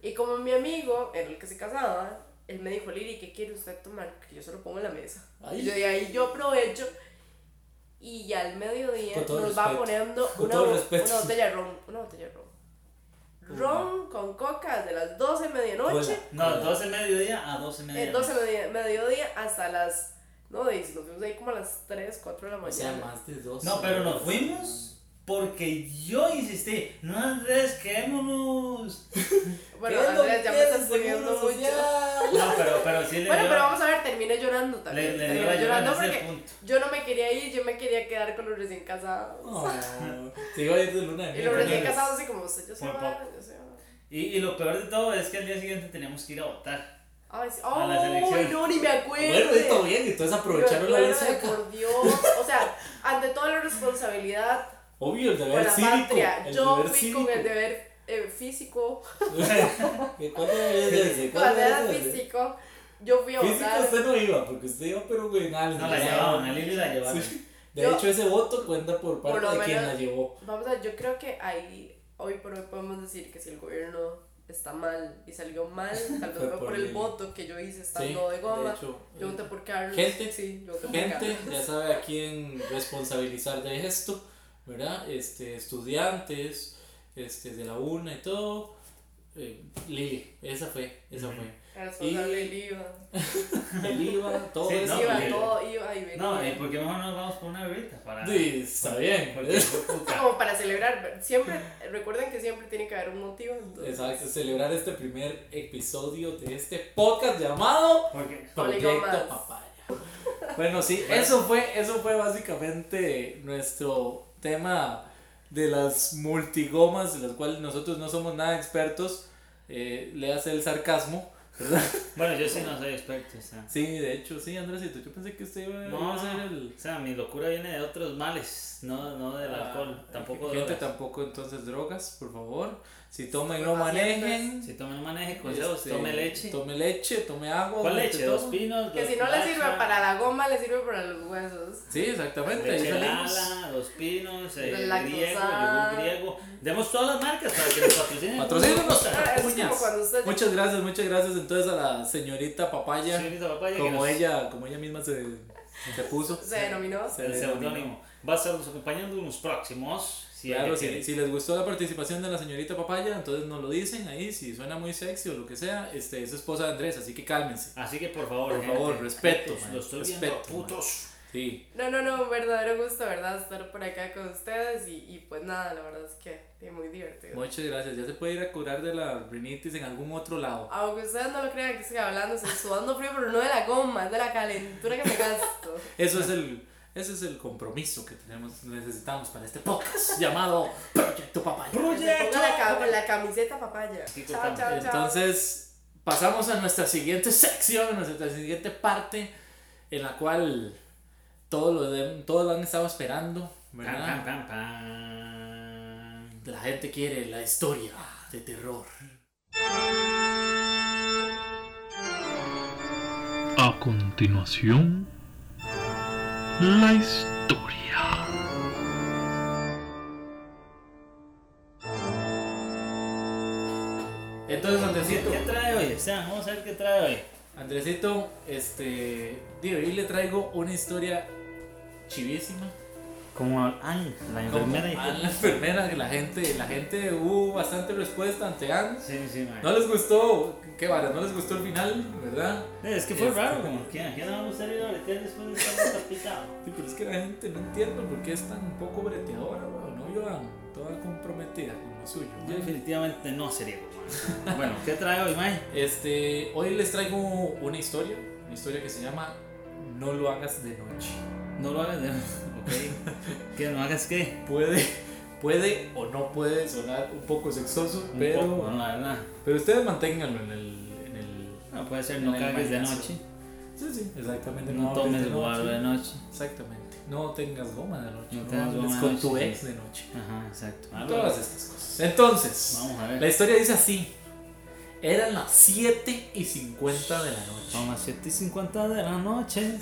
Y como mi amigo era el que se casaba, él me dijo, Lili, ¿qué quiere usted tomar? Que yo se lo pongo en la mesa. Ay. Y yo de ahí yo aprovecho y ya al mediodía Con nos todo va respeto. poniendo Con una, todo bo- respeto. una botella de ron. Una botella de ron. Ron con coca de las 12 de medianoche. No, 12 mediodía a 12 mediodía. eh, 12 de medi- mediodía hasta las... No, de, nos fuimos ahí como a las 3, 4 de la O mañana. sea, más de dos. No, pero nos fuimos porque yo insistí. No, Andrés, quedémonos. Bueno, Andrés, ya me estás poniendo mucho. No, pero, pero sí le Bueno, dio- pero vamos a ver, terminé llorando le, también. le dio terminé a llorar llorando en ese porque punto. yo no me quería ir, yo me quería quedar con los recién casados. Se iba a ir Oh, de luna de y miel los con recién ellos. casados así como, usted, yo se Por va, yo se va. Y, y lo peor de todo es que al día siguiente teníamos que ir a votar. Ay, sí. A las Ay, elecciones. no, ni me acuerdo. Bueno, y todo bien, entonces aprovecharon la resaca. Por Dios, o sea, ante toda la responsabilidad Obvio, el con deber la cívico. patria, El yo deber fui cívico. con el deber eh, físico, ¿Qué- ¿Cuándo debías de hacer? con el ¿Cuándo debías deber de hacer? físico, yo fui a Físico votar. usted no iba, porque usted iba pero en algo. No la ya. llevaban, a Lili la llevaban. Sí. De Yo- hecho, ese voto cuenta por parte Por lo de quien menos- la llevó. Vamos a ver, yo creo que ahí, hoy por hoy podemos decir que si el gobierno está mal y salió mal, tal vez Fue fue por, por el él. voto que yo hice Sí, estando de goma. hecho, yo eh, voté por Carlos. gente, sí, yo voté por Gente, Carlos. ya sabe a quién responsabilizar de esto, ¿verdad? Este, estudiantes, este, de la UNA y todo. Eh, Lili, esa fue, esa fue. La responsable del IVA. Pues El IVA, todo Sí, eso. No, iba, porque- todo iba y venía. No, y pues, porque mejor nos vamos por una bebita para. Sí, está bien, Porque ¿verdad? fue puta. Como para celebrar, siempre, recuerden que siempre tiene que haber un motivo. entonces, Exacto, celebrar este primer episodio de este podcast llamado Porque. Proyecto Poligomas. Papaya. Bueno, sí, eso fue, eso fue básicamente nuestro tema de las multigomas, de las cuales nosotros no somos nada expertos. Eh, le hace el sarcasmo, ¿verdad? Bueno, yo sí no soy experto, o sea. Sí, de hecho, sí, Andresito, yo pensé que usted iba a No, iba a ser el... o sea, mi locura viene de otros males, no, no del alcohol, Ah, tampoco Gente, drogas. tampoco entonces drogas, por favor. Si tomen, no Estupefacientes. manejen. Si tomen maneje, consejos, Este, tome leche. Tome leche, tome agua. ¿Cuál tome leche? todo. Dos pinos, Que dos si no le pilachas, sirve para la goma, le sirve para los huesos. Sí, exactamente. ahí Leche salimos. Lala, dos pinos, eh, La griego, lactosada. yogur griego. Demos todas las marcas para que nos patrocinen. Patrocínenos. Ah, es como Puñas. cuando usted- Muchas gracias, muchas gracias entonces a la señorita papaya. Señorita papaya, que como nos- ella, como ella misma se, se puso. Se denominó. Se El denominó. seudónimo. Va a estarnos acompañando en los próximos. Si Claro, alguien si, quiere. si les gustó la participación de la señorita papaya, entonces nos lo dicen ahí, si suena muy sexy o lo que sea, este, es esposa de Andrés, así que cálmense. Así que por favor, Por favor, respeto, putos, man, Lo estoy respeto, viendo, putos. Sí, No, no, no, un verdadero gusto, ¿verdad? Estar por acá con ustedes y, y pues nada, la verdad es que es muy divertido. muchas gracias. Ya se puede ir a curar de la rinitis en algún otro lado. Aunque ustedes no lo crean que estoy hablando, estoy sudando frío, pero no de la goma, es de la calentura que me gasto. Eso es el, ese es el compromiso que tenemos, necesitamos para este podcast llamado Proyecto Papaya. Me pongo la, ca- la camiseta papaya. Aquí Chao, cortamos. chao, chao. Entonces, pasamos a nuestra siguiente sección, a nuestra siguiente parte, en la cual todos lo, de- todos lo han estado esperando, Pam, ¿verdad? pam, pam, pam. La gente quiere la historia de terror. A continuación, la historia. Entonces, ¿Qué, Andresito, qué trae hoy? O sea, vamos a ver qué trae hoy. Andresito, este, digo, hoy le traigo una historia chivísima. Como Anne, la Como enfermera. a la enfermera, que la gente, la gente hubo bastante respuesta ante Anne. Sí, sí, man. No les gustó, qué vara, no les gustó el final, ¿verdad? Es que fue Este- raro, como que a quién le va a gustar ir a bretear después de estar tapizado. Sí, pero es que la gente no entiende por qué es tan un poco breteadora, weón. No, Joan, toda comprometida con lo suyo. Yo mae. definitivamente no sería como Bueno, ¿qué trae hoy, man? Este, hoy les traigo una historia, una historia que se llama No lo hagas de noche. No lo hagas de Ok. ¿Qué? ¿No hagas qué? Puede, puede o no puede sonar un poco sexoso, Un pero, poco, no, la verdad. pero ustedes manténganlo en el, en el... No, puede ser En no la cagues de imaginación. noche. Sí, sí, exactamente. No hables tomes guaro de noche. Exactamente. No tengas goma de noche. No No, tengas hables goma de con noche, tu sí. ex de noche. Ajá, exacto. Ah, Todas estas cosas. Entonces... Vamos a La ver. historia dice así. Eran las 7 y 50 de la noche. Son las 7 y 50 de la noche.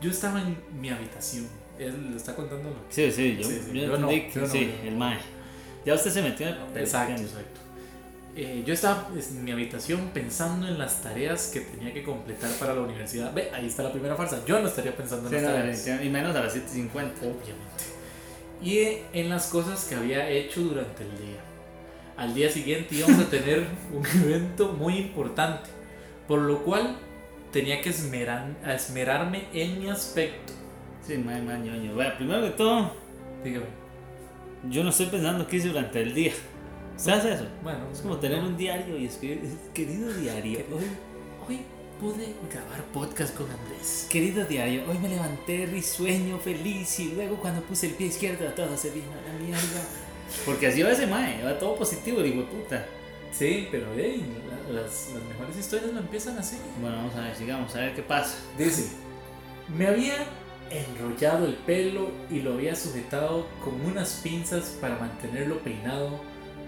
Yo estaba en mi habitación. Él lo está contando lo Sí, sí, yo, Sí, sí, yo yo no, entendí que yo no, sí, yo no. el mae. Ya usted se metió en el que... papel. Exacto, ¿entiendes? exacto. eh, yo estaba en mi habitación pensando en las tareas que tenía que completar para la universidad. Ve, ahí está la primera farsa. Yo no estaría pensando en Sí, las no, tareas. definitivamente. y menos a las 7.50. Obviamente. Y eh, en las cosas que había hecho durante el día. Al día siguiente íbamos a tener un evento muy importante, por lo cual tenía que esmeran- a esmerarme en mi aspecto. Sí, mae, mae, ñoño. Bueno, primero que todo, Dígame, yo no estoy pensando qué hice durante el día. ¿Sabes eso? bueno, Es como tener un diario y escribir, querido diario, hoy, Hoy pude grabar podcast con Andrés. querido diario, hoy me levanté risueño, feliz y luego cuando puse el pie izquierdo todo se vino a la mierda. Porque así va ese mae, va todo positivo, digo puta. Sí, pero hey, la- las, las mejores historias no empiezan así. Bueno, vamos a ver, sigamos, a ver qué pasa. Dice, me había enrollado el pelo y lo había sujetado con unas pinzas para mantenerlo peinado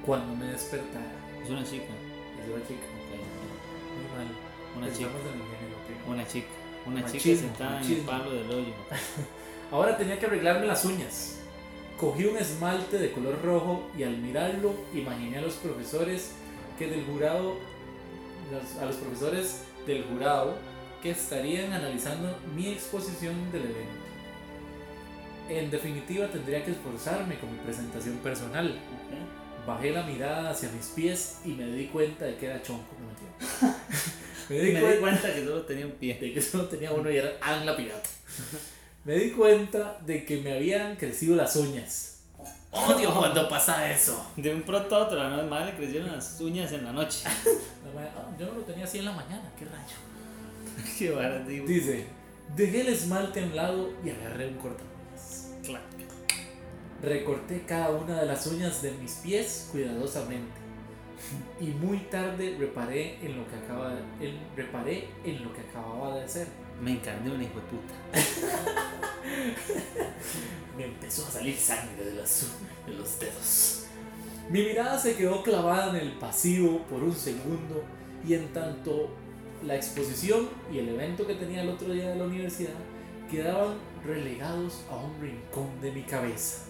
cuando me despertara. Es una chica, Es una chica, ok, muy mal. pues una chica, Estamos en el género, pero- una chica, una chica Machismo, sentada en el machismo. palo del hoyo. Ahora tenía que arreglarme las uñas. Cogí un esmalte de color rojo y al mirarlo imaginé a los profesores que del jurado, los- a los profesores del jurado que estarían analizando mi exposición del evento. En definitiva tendría que esforzarme con mi presentación personal. Ok. Bajé la mirada hacia mis pies y me di cuenta de que era chonco, no mentira. me di Me cuenta di cuenta que solo tenía un pie. de que solo tenía uno y era Angla Pirata. Me di cuenta de que me habían crecido las uñas. Odio cuando pasa eso. De un pronto a otro, la noche madre le crecieron las uñas en la noche. La madre, "Ah, Yo no lo tenía así en la mañana, qué rayo. qué barato, digo. Dice, dejé el esmalte a un lado y agarré un cortapiedras. Clac. Recorté cada una de las uñas de mis pies cuidadosamente. Y muy tarde reparé en lo que acaba en- reparé en lo que acababa de hacer. Me encarné una hijo de puta. me empezó a salir sangre de, las- de los dedos. Mi mirada se quedó clavada en el pasivo por un segundo y en tanto la exposición y el evento que tenía el otro día de la universidad quedaban relegados a un rincón de mi cabeza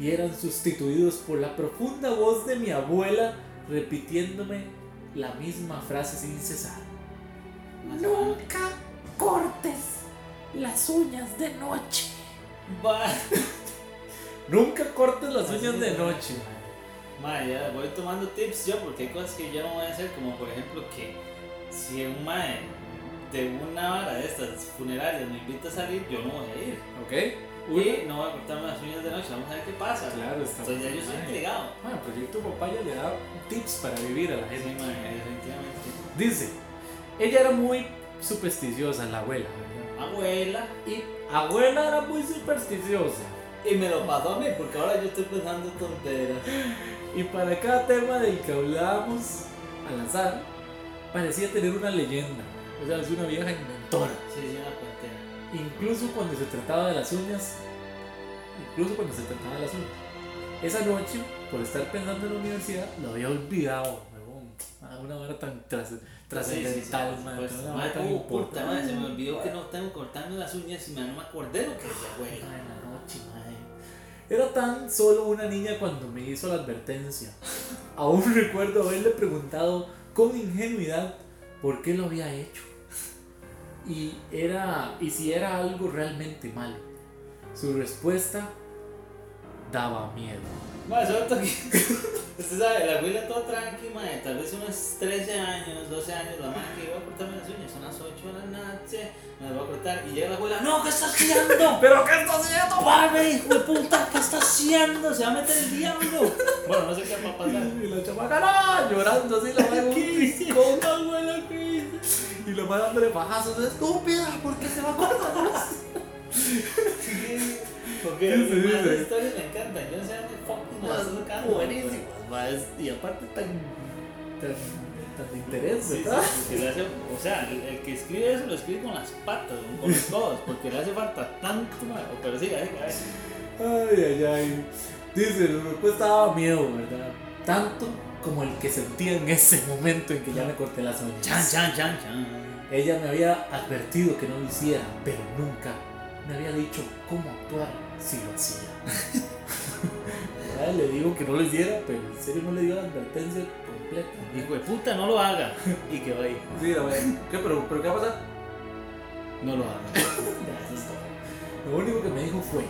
y eran sustituidos por la profunda voz de mi abuela repitiéndome la misma frase sin cesar. Nunca cortes las uñas de noche. Va. Nunca cortes las Así uñas de es. noche. Mae, ya voy tomando tips yo porque hay cosas que yo no voy a hacer, como por ejemplo que si un mae de una vara de estas funerarias me invita a salir, yo no voy a ir. ¿Ok? Uy, no voy a cortarme las uñas de noche, vamos a ver qué pasa. Claro, está Entonces ya yo soy bien. entregado. Bueno, Proyecto Papaya le da tips para vivir a la Sí, gente. mae, definitivamente. Dice, ella era muy supersticiosa, la abuela, ¿verdad? Abuela. Y abuela era muy supersticiosa. Y me lo pasó a mí porque ahora yo estoy pensando tonteras. Y para cada tema del que hablábamos al azar, parecía tener una leyenda. O sea, es una vieja inventora. Sí, sí, una puntera. incluso cuando se trataba de las uñas, incluso cuando se trataba de las uñas. Esa noche, por estar pensando en la universidad, lo había olvidado, huevón. Ah, una hora tan tras- trascendental, Sí, sí, sí, por man, supuesto. una Mae, hora tan oh, puta, mae, se me importante. olvidó que no tengo cortando las uñas y mae, no me acordé lo que decía, abuela. Mae, la noche, mae. Era tan solo una niña cuando me hizo la advertencia. Aún recuerdo haberle preguntado con ingenuidad por qué lo había hecho. Y, era, y si era algo realmente malo. Su respuesta daba miedo. Mae, solo toque. Usted sabe, la abuela toda tranqui, mae, tal vez unos 13 años, 12 años, la madre que iba a cortarme las uñas, son las 8 de la noche, me las voy a cortar y llega la abuela, no, ¿qué estás haciendo? ¿Pero qué estás haciendo? ¡Párame, hijo de puta! ¿Qué estás haciendo? ¡Se va a meter el diablo! Bueno, no sé qué va a pasar. Y la chamaca no, llorando así, la madre con abuela que Y la madre dándole pajazos, estúpida, ¿por qué se va a cortar? Porque Sí, sí, mae, sí. esas historias me encantan, yo no sé dónde fucking me las estoy sacando. buenísimas, más, y aparte tan, tan, tan de interés, Sí, sí, ¿verdad? sí, que le hace- o sea, el, el que escribe eso lo escribe con las patas, con los codos, porque le hace falta tanto, mae. pero sí, ahí, ahí. Ay, ay, ay. Dice, la respuesta daba miedo, ¿verdad? Tanto como el que sentía en ese momento en que ya me corté las uñas. Chan, chan, chan, chan. Ella me había advertido que no lo hiciera, pero nunca me había dicho cómo actuar si lo hacía. madre le digo que no les diera, pero en serio no le dio la advertencia completa. Hijo de puta, no lo haga. Y que ahí. Sí, la madre, ¿Qué, pero, pero qué va a pasar? No lo haga. Ya, eso es todo. Lo único que me dijo fue,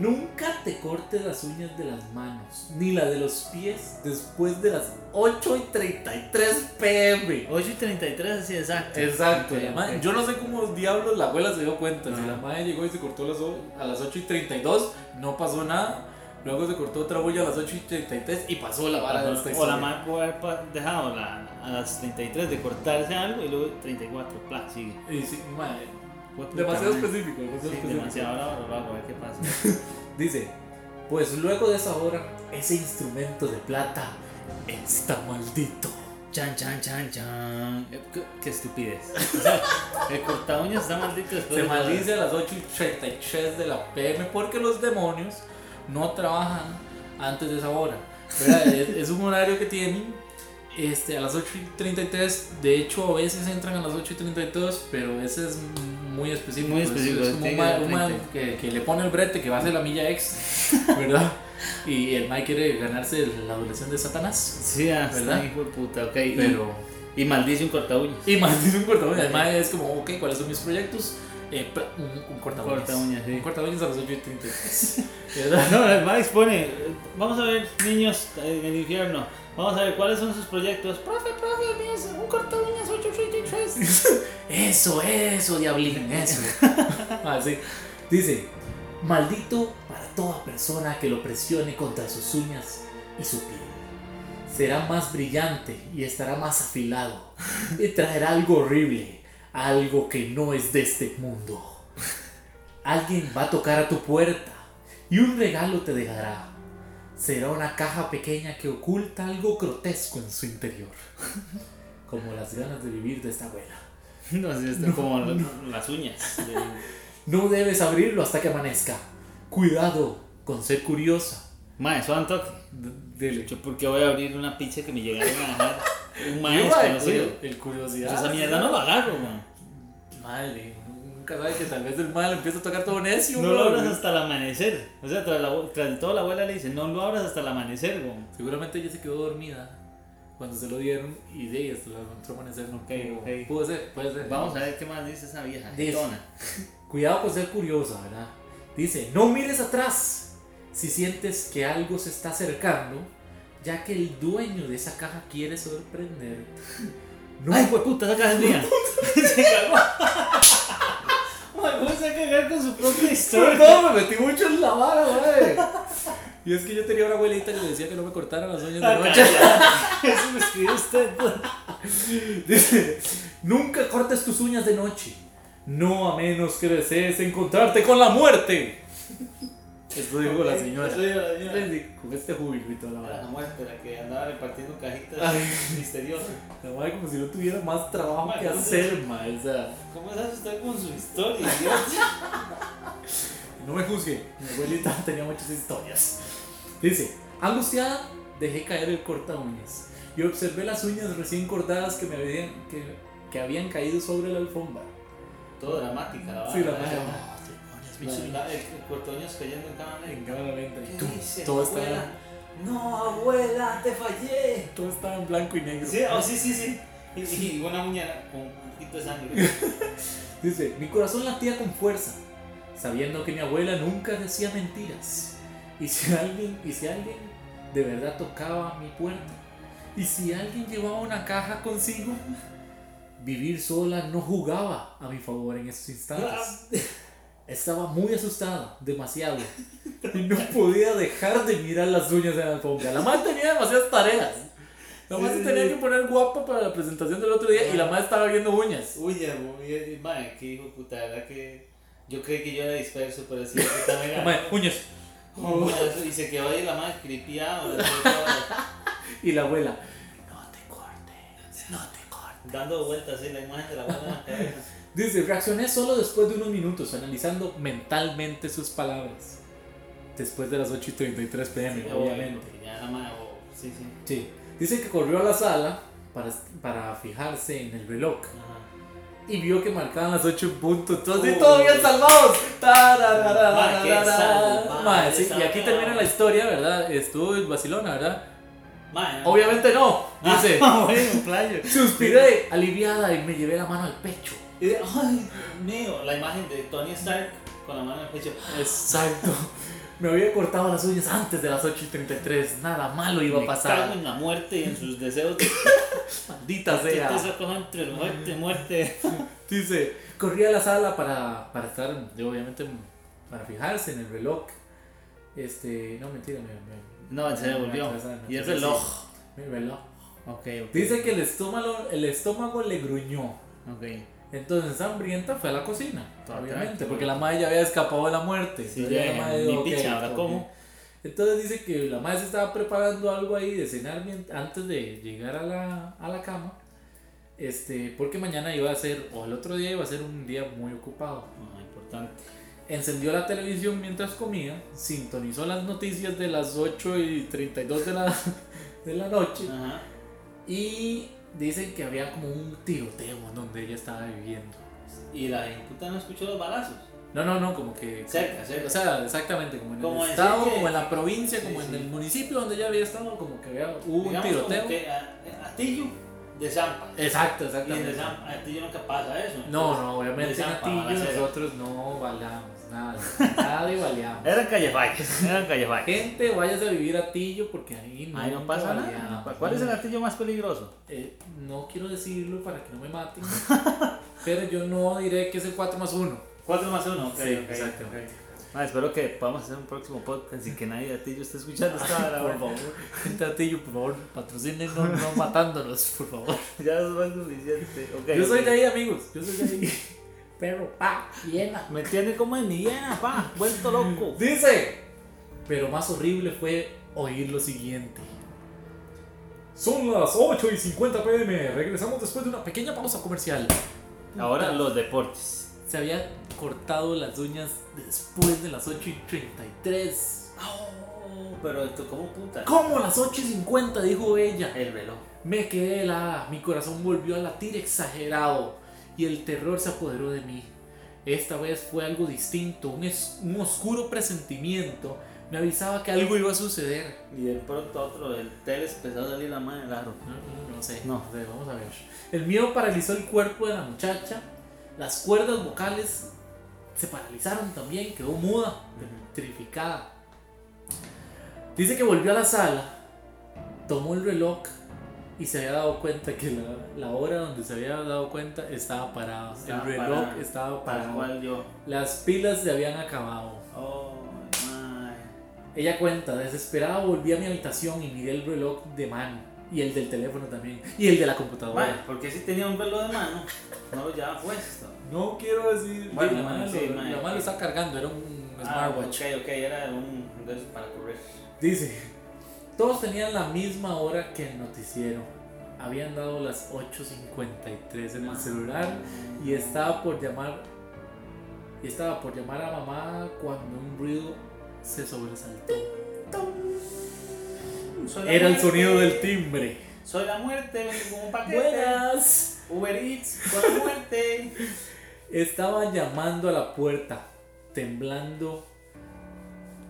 nunca te cortes las uñas de las manos, ni las de los pies, después de las 8 y 33 pm. 8 y 33, así exacto. Exacto, Ok, la madre- ok. yo no sé cómo diablos la abuela se dio cuenta. Si Ajá. la madre llegó y se cortó las o- a las 8 y 32, no pasó nada. Luego se cortó otra bulla a las 8 y 33 y pasó la vara de esta o la historia. madre puede haber pa- dejado la- a las 33 de cortarse algo y luego 34, pla, sigue. Y sí, madre, Hijo de puta demasiado madre. específico. demasiado Sí, específico. demasiado. Ahora lo hago, a ver qué pasa. Dice, pues luego de esa hora, ese instrumento de plata está maldito. Chan, chan, chan, chan. Eh, Qué, qué estupidez. O sea, el corta uñas está maldito después Se de- maldice a las 8 y 33 de la PM porque los demonios no trabajan antes de esa hora. ¿verdad? es, es un horario que tienen este, a las 8 y 33. De hecho, a veces entran a las 8 y 32, pero ese es muy específico. Muy es- específico, Es, como un tiene ma- que un ser ma 30. que, que le pone el brete que va a hacer la milla ex, ¿verdad? y el Mike quiere ganarse la adoración de Satanás. Sí, hasta ¿Verdad? hijo de puta, ok. y- Pero. Y, maldice un corta uñas. Y más dice un cortaúñas. Además es como, ok, ¿cuáles son mis proyectos? Eh, pla- un, un cortaúñas. Corta uñas, sí. Un cortaúñas a las 8 y 33. No, el Max pone, vamos a ver niños en el infierno, vamos a ver cuáles son sus proyectos. Profe, profe, míos, un corta uñas 833. Eso, eso, diablín, eso. Así. Dice, maldito para toda persona que lo presione contra sus uñas y su piel. Será más brillante y estará más afilado. Y traerá algo horrible, algo que no es de este mundo. Alguien va a tocar a tu puerta y un regalo te dejará. Será una caja pequeña que oculta algo grotesco en su interior. Como las ganas de vivir de esta abuela. No, así está como las uñas. de- No debes abrirlo hasta que amanezca. Cuidado con ser curiosa. Mae, eso un toque. Dile. Yo, ¿por qué voy a abrir una pinche que me llegaron a dejar un maestro desconocido? El, el curiosidad. Yo Esa mierda no lo agarro, man. Madre, uno nunca sabe que tal vez el mal empieza a tocar todo necio. No lo bro. abras hasta el amanecer. O sea, tras, la- tras todo la abuela le dice, no lo abras hasta el amanecer, güey. Seguramente ella se quedó dormida cuando se lo dieron y de ella se lo entró a amanecer. No pudo. ok. Pudo ser, puede ser. Vamos a ver qué más dice esa vieja. Dice. Tona. Cuidado con ser curiosa, ¿verdad? Dice, no mires atrás si sientes que algo se está acercando, ya que el dueño de esa caja quiere sorprender. No, ¡Ay, hueputa, esa caja es mía! Se cagó. Man, ¿cómo se va a cagar con su propia historia? No, me metí mucho en la vara, güey. Ah, Y es que yo tenía una abuelita que le decía que no me cortaran las uñas de noche. Eso lo escribió usted. pues. Dice, nunca cortes tus uñas de noche. No a menos que desees encontrarte con la muerte. Esto dijo la señora. Eso dijo la señora. Con este júbilo y toda la La vara. muerte, la que andaba repartiendo cajitas Ay. misteriosas. La madre como si no tuviera más trabajo que hacer, ma. O sea, ¿Cómo se hace usted con su historia, Dios? no me juzgue. Mi abuelita tenía muchas historias. Dice, angustiada, dejé caer el corta uñas y observé las uñas recién cortadas que me habían, que, que habían caído sobre la alfombra. Todo dramática, la Sí, la vara, madre. ¿verdad? La- La- la- El cortoños cayendo en cámara en cámara lenta, y ¿Qué tum, dice, todo abuela? estaba, No, abuela, te fallé. todo estaba en blanco y negro. Sí, oh, sí, sí, sí. Y, y una uña con un poquito de sangre. Dice, mi corazón latía con fuerza, sabiendo que mi abuela nunca decía mentiras. Y si alguien, y si alguien de verdad tocaba mi puerta, y si alguien llevaba una caja consigo, vivir sola no jugaba a mi favor en esos instantes. Estaba muy asustada, demasiado. Y no podía dejar de mirar las uñas de la alfombra. La madre tenía demasiadas tareas. La madre se tenía que poner guapa para la presentación del otro día y la madre estaba viendo uñas. Uña, uña, madre, qué hijo de puta, la verdad que yo creí que yo era disperso, pero sí, que también La era- madre, uñas. Como eso, Y se quedó ahí la madre cripiada, la chota, Y la abuela, no te cortes, no te cortes. dando vueltas en la imagen de la abuela en la cabeza. Dice, reaccioné solo después de unos minutos, analizando mentalmente sus palabras. Después de las 8 y 33 pm, Sí, obviamente. porque Ya la madre, oh, sí, sí. Sí. Dice que corrió a la sala para, para fijarse en el reloj. Ajá. y vio que marcaban las 8 en punto. Entonces, Oh. todos bien salvados. Tarararara, Ma, qué salvado, Ma, sí, qué y aquí salvado. termina la historia, ¿verdad? Estuvo en Barcelona, ¿verdad? Mae, no. Obviamente no. Ah, Dice, bueno, playo. suspiré aliviada y me llevé la mano al pecho. Y de- Ay, Dios mío, la imagen de Tony Stark con la mano en el pecho. Exacto. Me había cortado las uñas antes de las 8 y 33. Nada malo iba a Me cago pasar. en la muerte y en sus deseos. Este de- Maldita sea. Esta esa cosa entre muerte, muerte. Dice, corrí a la sala para, para estar, yo obviamente, para fijarse en el reloj. Este, no, mentira, me, me- No, se devolvió. Me atrasaron, Y el entonces, reloj. me reloj. Ok, ok. Dice que el estómago, el estómago le gruñó. Ok. Entonces, hambrienta fue a la cocina, Todo obviamente, tranquilo. porque la madre ya había escapado de la muerte. Sí, Entonces, ya, la madre ni dijo, "Ok, picha, ¿ahora ok". cómo?" Entonces dice que la madre se estaba preparando algo ahí de cenar mien- antes de llegar a la, a la cama, este, porque mañana iba a ser, o el otro día iba a ser un día muy ocupado. Ah, importante. Encendió la televisión mientras comía, sintonizó las noticias de las 8 y 32 de la, de la noche Ajá. y dicen que había como un tiroteo en donde ella estaba viviendo. Y la puta no escuchó los balazos. No, no, no, como que... Cerca, cerca. O sea, exactamente, como en Como el decir estado, que- como en la provincia, Sí, como en sí. el municipio donde ella había estado, como que había hubo un Digamos como tiroteo. que a- Atillo de Zampa. Exacto, Y en exactamente. el Zampa, Atillo nunca pasa eso. No, no, obviamente De en Zampa, Atillo balacera. nosotros no baleamos, nada, nada de baleamos. Eran callefaques, eran callefaques. Gente, vayas a vivir a Tillo porque ahí no, Ahí no pasa nada. baleamos. ¿Cuál es el atillo más peligroso? Eh, no quiero decirlo para que no me maten, pero yo no diré que es el 4 más 1. 4 más 1, ok. Sí, ok, exactamente. ok. Ah, espero que podamos hacer un próximo podcast y que nadie de atillo esté escuchando esta hora, por favor. Gente de Atillo, por favor, patrocinen, no, no matándonos, por favor. Ya es más suficiente. ok, Yo soy ok. de ahí, amigos. Yo soy de ahí. Pero, ah, pa, llena. ¿Me entiende cómo es mi hiena, pa? Vuelto loco. Dice. Pero más horrible fue oír lo siguiente. Son las 8 y 50 pm. Regresamos después de una pequeña pausa comercial. Ahora los deportes. Se había cortado las uñas después de las 8 y 33. Pero esto, ¿cómo puta? ¿Cómo las 8 y 50? Dijo ella. El reloj. Me quedé helada, mi corazón volvió a latir exagerado y el terror se apoderó de mí. Esta vez fue algo distinto, un, es- un oscuro presentimiento me avisaba que algo iba a suceder. Y de pronto otro, el teles empezó a salir la mano del aro. No, no, no sé, No. no sé, vamos a ver. El miedo paralizó el cuerpo de la muchacha, las cuerdas vocales se paralizaron también, quedó muda, petrificada. Dice que volvió a la sala, tomó el reloj y se había dado cuenta que la, la hora donde se había dado cuenta estaba parada. El Estaba reloj parada. estaba Para parado. cual yo. Las pilas se habían acabado. Oh, my. Ella cuenta, desesperada volví a mi habitación y miré el reloj de mano. Y el del teléfono también. Y el de la computadora. Mae, porque si tenía un reloj de mano, no lo llevaba puesto. No quiero decir. Bueno, Bueno, la bueno, mano sí, lo, mae. la mano lo está cargando, era un smartwatch. Ah, ok, ok, era un de esos para correr. Dice: Todos tenían la misma hora que el noticiero. Habían dado las 8.53 Ah. en el celular y estaba por llamar. Y estaba por llamar a mamá cuando un ruido se sobresaltó. Soy la Era el muerte. sonido del timbre. Soy la muerte, vengo con un paquete. ¡Buenas! Uber Eats, con la muerte. Estaba llamando a la puerta, temblando,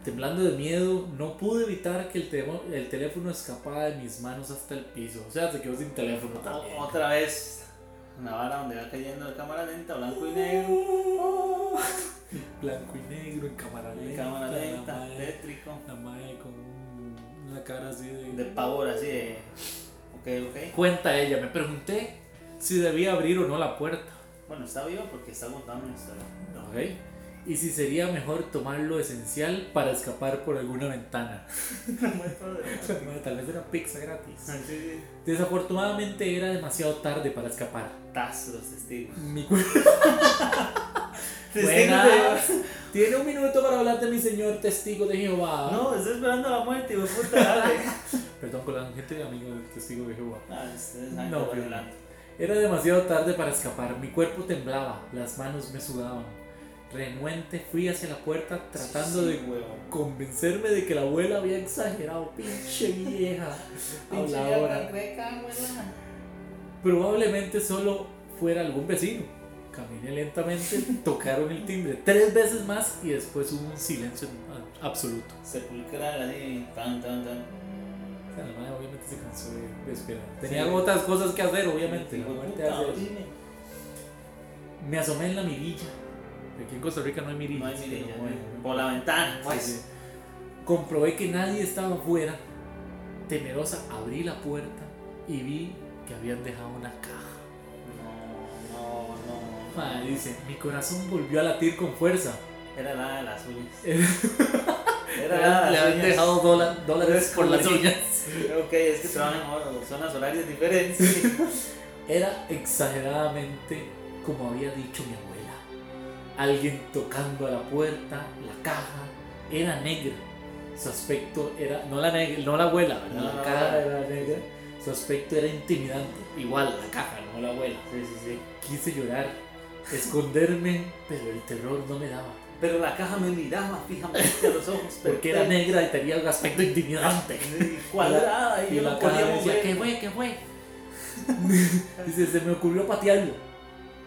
temblando de miedo. No pude evitar que el, temo- el teléfono escapara de mis manos hasta el piso. O sea, se quedó sin teléfono también. O- otra vez. Una vara donde va cayendo de cámara lenta, blanco y negro. Uh. Blanco y negro en cámara De lenta. cámara La lenta, madre, eléctrico. la madre con un- una cara así de... De pavor, así de. Ok, ok. Cuenta ella, me pregunté si debía abrir o no la puerta. Bueno, está vivo porque está contando una historia. Ok. Y si sería mejor tomar lo esencial para escapar por alguna ventana. Tal vez era pizza gratis. Desafortunadamente era demasiado tarde para escapar. Taz, los testigos. Mi cu- Buenas. Tiene un minuto para hablar de mi señor testigo de Jehová. No, estoy esperando la muerte, hijo de puta, dale. Perdón con la gente amigo del testigo de Jehová. Ah, ustedes saben No, cómo pero- adelante. Era demasiado tarde para escapar. Mi cuerpo temblaba, las manos me sudaban. Renuente fui hacia la puerta tratando Sí, de huevo. convencerme de que la abuela había exagerado. Pinche vieja. Pinche Habladora. vieja, reca, abuela. Probablemente solo fuera algún vecino. caminé lentamente, tocaron el timbre tres veces más y después hubo un silencio a- absoluto. Sepulcral así, tan, tan, tan. O sea, la madre obviamente se cansó de, de esperar. Tenía otras cosas que hacer, obviamente. La muerte Puta, hace eso. dime. Me asomé en la mirilla. Aquí en Costa Rica no hay mirillas. No hay mirilla, pero bueno. ¿no? pues. Por la ventana, Sí, sí. Comprobé que nadie estaba afuera. Temerosa, abrí la puerta y vi que habían dejado una caja. No, no, no. Madre, dice, mi corazón volvió a latir con fuerza. Era la de las uñas. Era- Era la Le de las habían uñas. dejado dola- dólares por las uñas. Ok, es que trabajan en zonas horarias diferentes. Era exageradamente como había dicho mi abuela. Alguien tocando a la puerta, la caja, era negra. Su aspecto era, no la, neg- no la abuela, ¿verdad? No, la no, caja no. era negra. Su aspecto era intimidante. Igual, la caja, no la abuela. Sí, sí, sí. Quise llorar, esconderme, pero el terror no me daba. Pero la caja me miraba fijamente a los ojos. Porque era perfecto, negra y tenía un aspecto intimidante. y Cuadrada y, Y yo la no podía cara decía, mover. ¿qué fue? ¿Qué fue? Dice, se me ocurrió patearlo.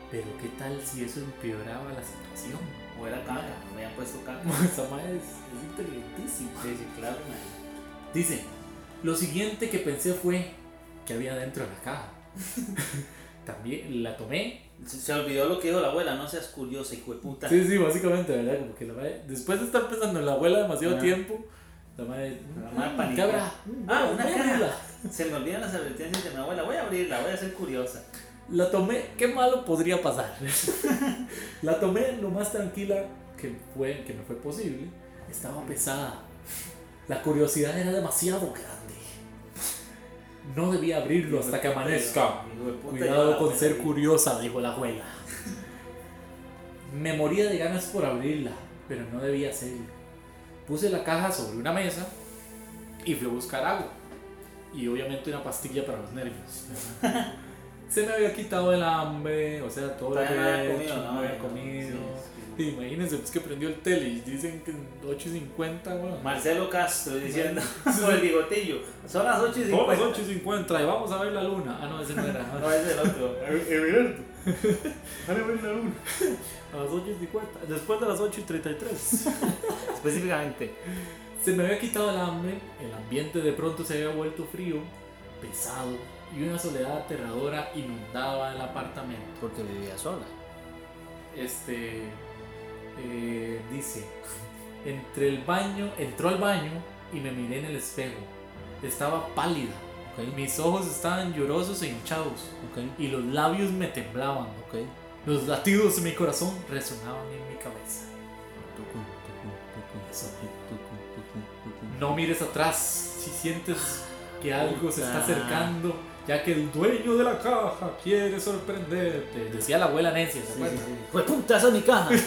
Pero qué tal si eso empeoraba la situación. O era caca, me habían puesto caca. Esa madre es, es inteligentísima. Sí, sí, claro, man. Dice, lo siguiente que pensé fue que había dentro de la caja. También la tomé. Se, se olvidó lo que dijo la abuela, no seas curiosa, hijo de puta. Sí, sí, básicamente, ¿verdad? Como que la madre, después de estar pensando en la abuela demasiado Ah. tiempo, la madre... La madre "Mm, panicó. ¿Qué habrá? Ah, una Voy a caja. abrirla". Se me olvidan las advertencias de mi abuela, voy a abrirla, voy a ser curiosa. La tomé, qué malo podría pasar. la tomé lo más tranquila que, fue, que me fue posible. Estaba pesada. La curiosidad era demasiado grande. No debía abrirlo hasta que amanezca. Hijo de puta, yo Cuidado la con abuela ser vi. curiosa, dijo la abuela. Me moría de ganas por abrirla, pero no debía hacerlo. Puse la caja sobre una mesa y fui a buscar agua. Y obviamente una pastilla para los nervios. ¿verdad? Se me había quitado el hambre, o sea, todo lo que Todavía no había había comido, hecho, no ¿no? había comido. Sí, sí. Imagínense, pues que prendió el tele y dicen que 8.50, bueno. Marcelo Castro diciendo sobre el bigotillo. Son las 8 y Son las 50. 8.50 y vamos a ver la luna. Ah, no, ese no era. No, es el otro. A las 8 y 50, después de las 8 y 33. Específicamente. se me había quitado el hambre, el ambiente de pronto se había vuelto frío, pesado, y una soledad aterradora inundaba el apartamento. Porque vivía sola. Este. eh, dice: Entre el baño, entró al baño y me miré en el espejo. Estaba pálida. Mis ojos estaban llorosos e hinchados. Y los labios me temblaban. Los latidos de mi corazón resonaban en mi cabeza. Eso. No mires atrás si sientes que algo se está Puta. acercando, ya que el dueño de la caja quiere sorprenderte. Decía la abuela necia, ¿se acuerdan? Pues puta, esa es mi caja. ¡Eh,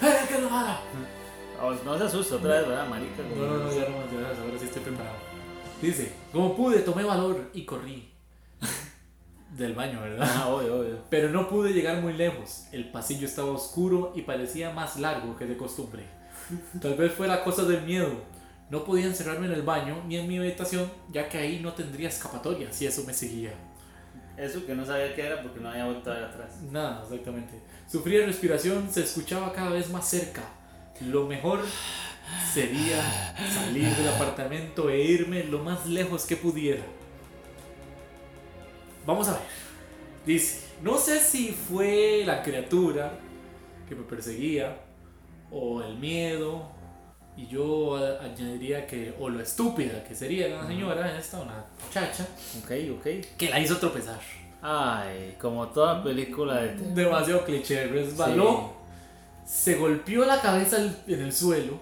qué rara! Oh, no se asusta otra vez, ¿verdad, marica? No, no, no, ya no más, ya ahora sí estoy preparado. Dice, como pude, tomé valor y corrí. Del baño, ¿verdad? Ah, obvio, obvio. Pero no pude llegar muy lejos. El pasillo estaba oscuro y parecía más largo que de costumbre. Tal vez fuera cosa del miedo. No podía encerrarme en el baño ni en mi habitación, ya que ahí no tendría escapatoria si eso me seguía. Eso que no sabía qué era porque no había vuelto a ver atrás. Nada, exactamente. Sufría respiración, se escuchaba cada vez más cerca. Lo mejor sería salir del apartamento e irme lo más lejos que pudiera. Vamos a ver. Dice, no sé si fue la criatura que me perseguía o el miedo. Y yo a- añadiría que, o lo estúpida que sería la señora, esta, una muchacha, Ok, ok. que la hizo tropezar. Ay, como toda película de terror. demasiado cliché. Resbaló, se golpeó la cabeza al- en el suelo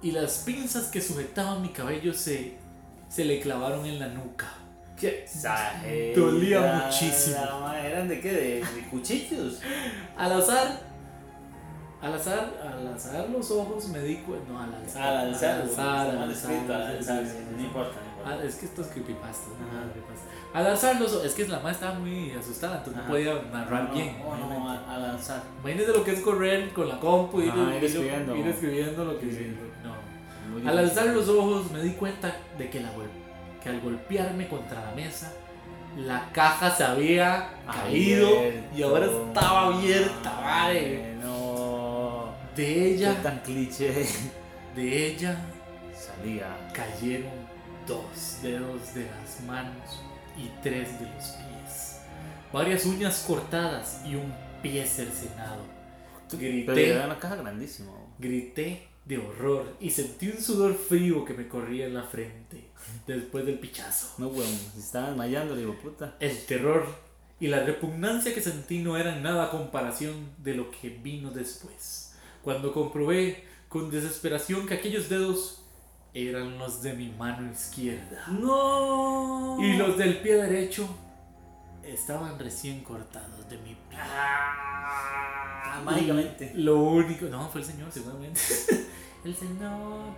y las pinzas que sujetaban mi cabello se, se le clavaron en la nuca. Qué exagerada. Dolía muchísimo. La madre, ¿Eran de qué? ¿De, de cuchillos? Al azar, al azar, al azar los ojos me di cuenta. No, al azar. Ah, la al del azar, Está al mal azar, escrito, la sí, del sí, sal, sí, No sí. importa, no importa. Ah, es que esto es creepypasta. ¿no? Ajá. Creepypasta. Al azar los ojos, es que la madre estaba muy asustada, entonces Ajá. no podía narrar No, bien. No, obviamente. no, a, a lanzar. Imagínate lo que es correr con la compu y ir, Ajá, ir ir- escribiendo. ir escribiendo lo que Sí, sí. No. Al alzar los ojos me di cuenta de que, la gol- que al golpearme contra la mesa la caja se había caído y ahora estaba abierta, madre. No. De Qué ella, tan cliché. de ella Salía. cayeron dos dedos de las manos y tres de los pies. Varias uñas cortadas y un pie cercenado. Pero era Grité, una caja grandísima. güey. grité de horror y sentí un sudor frío que me corría en la frente después del pichazo. No, weón. Se estaba desmayando, le digo, puta. El terror y la repugnancia que sentí no eran nada a comparación de lo que vino después, cuando comprobé con desesperación que aquellos dedos eran los de mi mano izquierda ¡No! y los del pie derecho estaban recién cortados de mi pie. Ah, mágicamente. Lo único, no, fue el señor seguramente. El señor,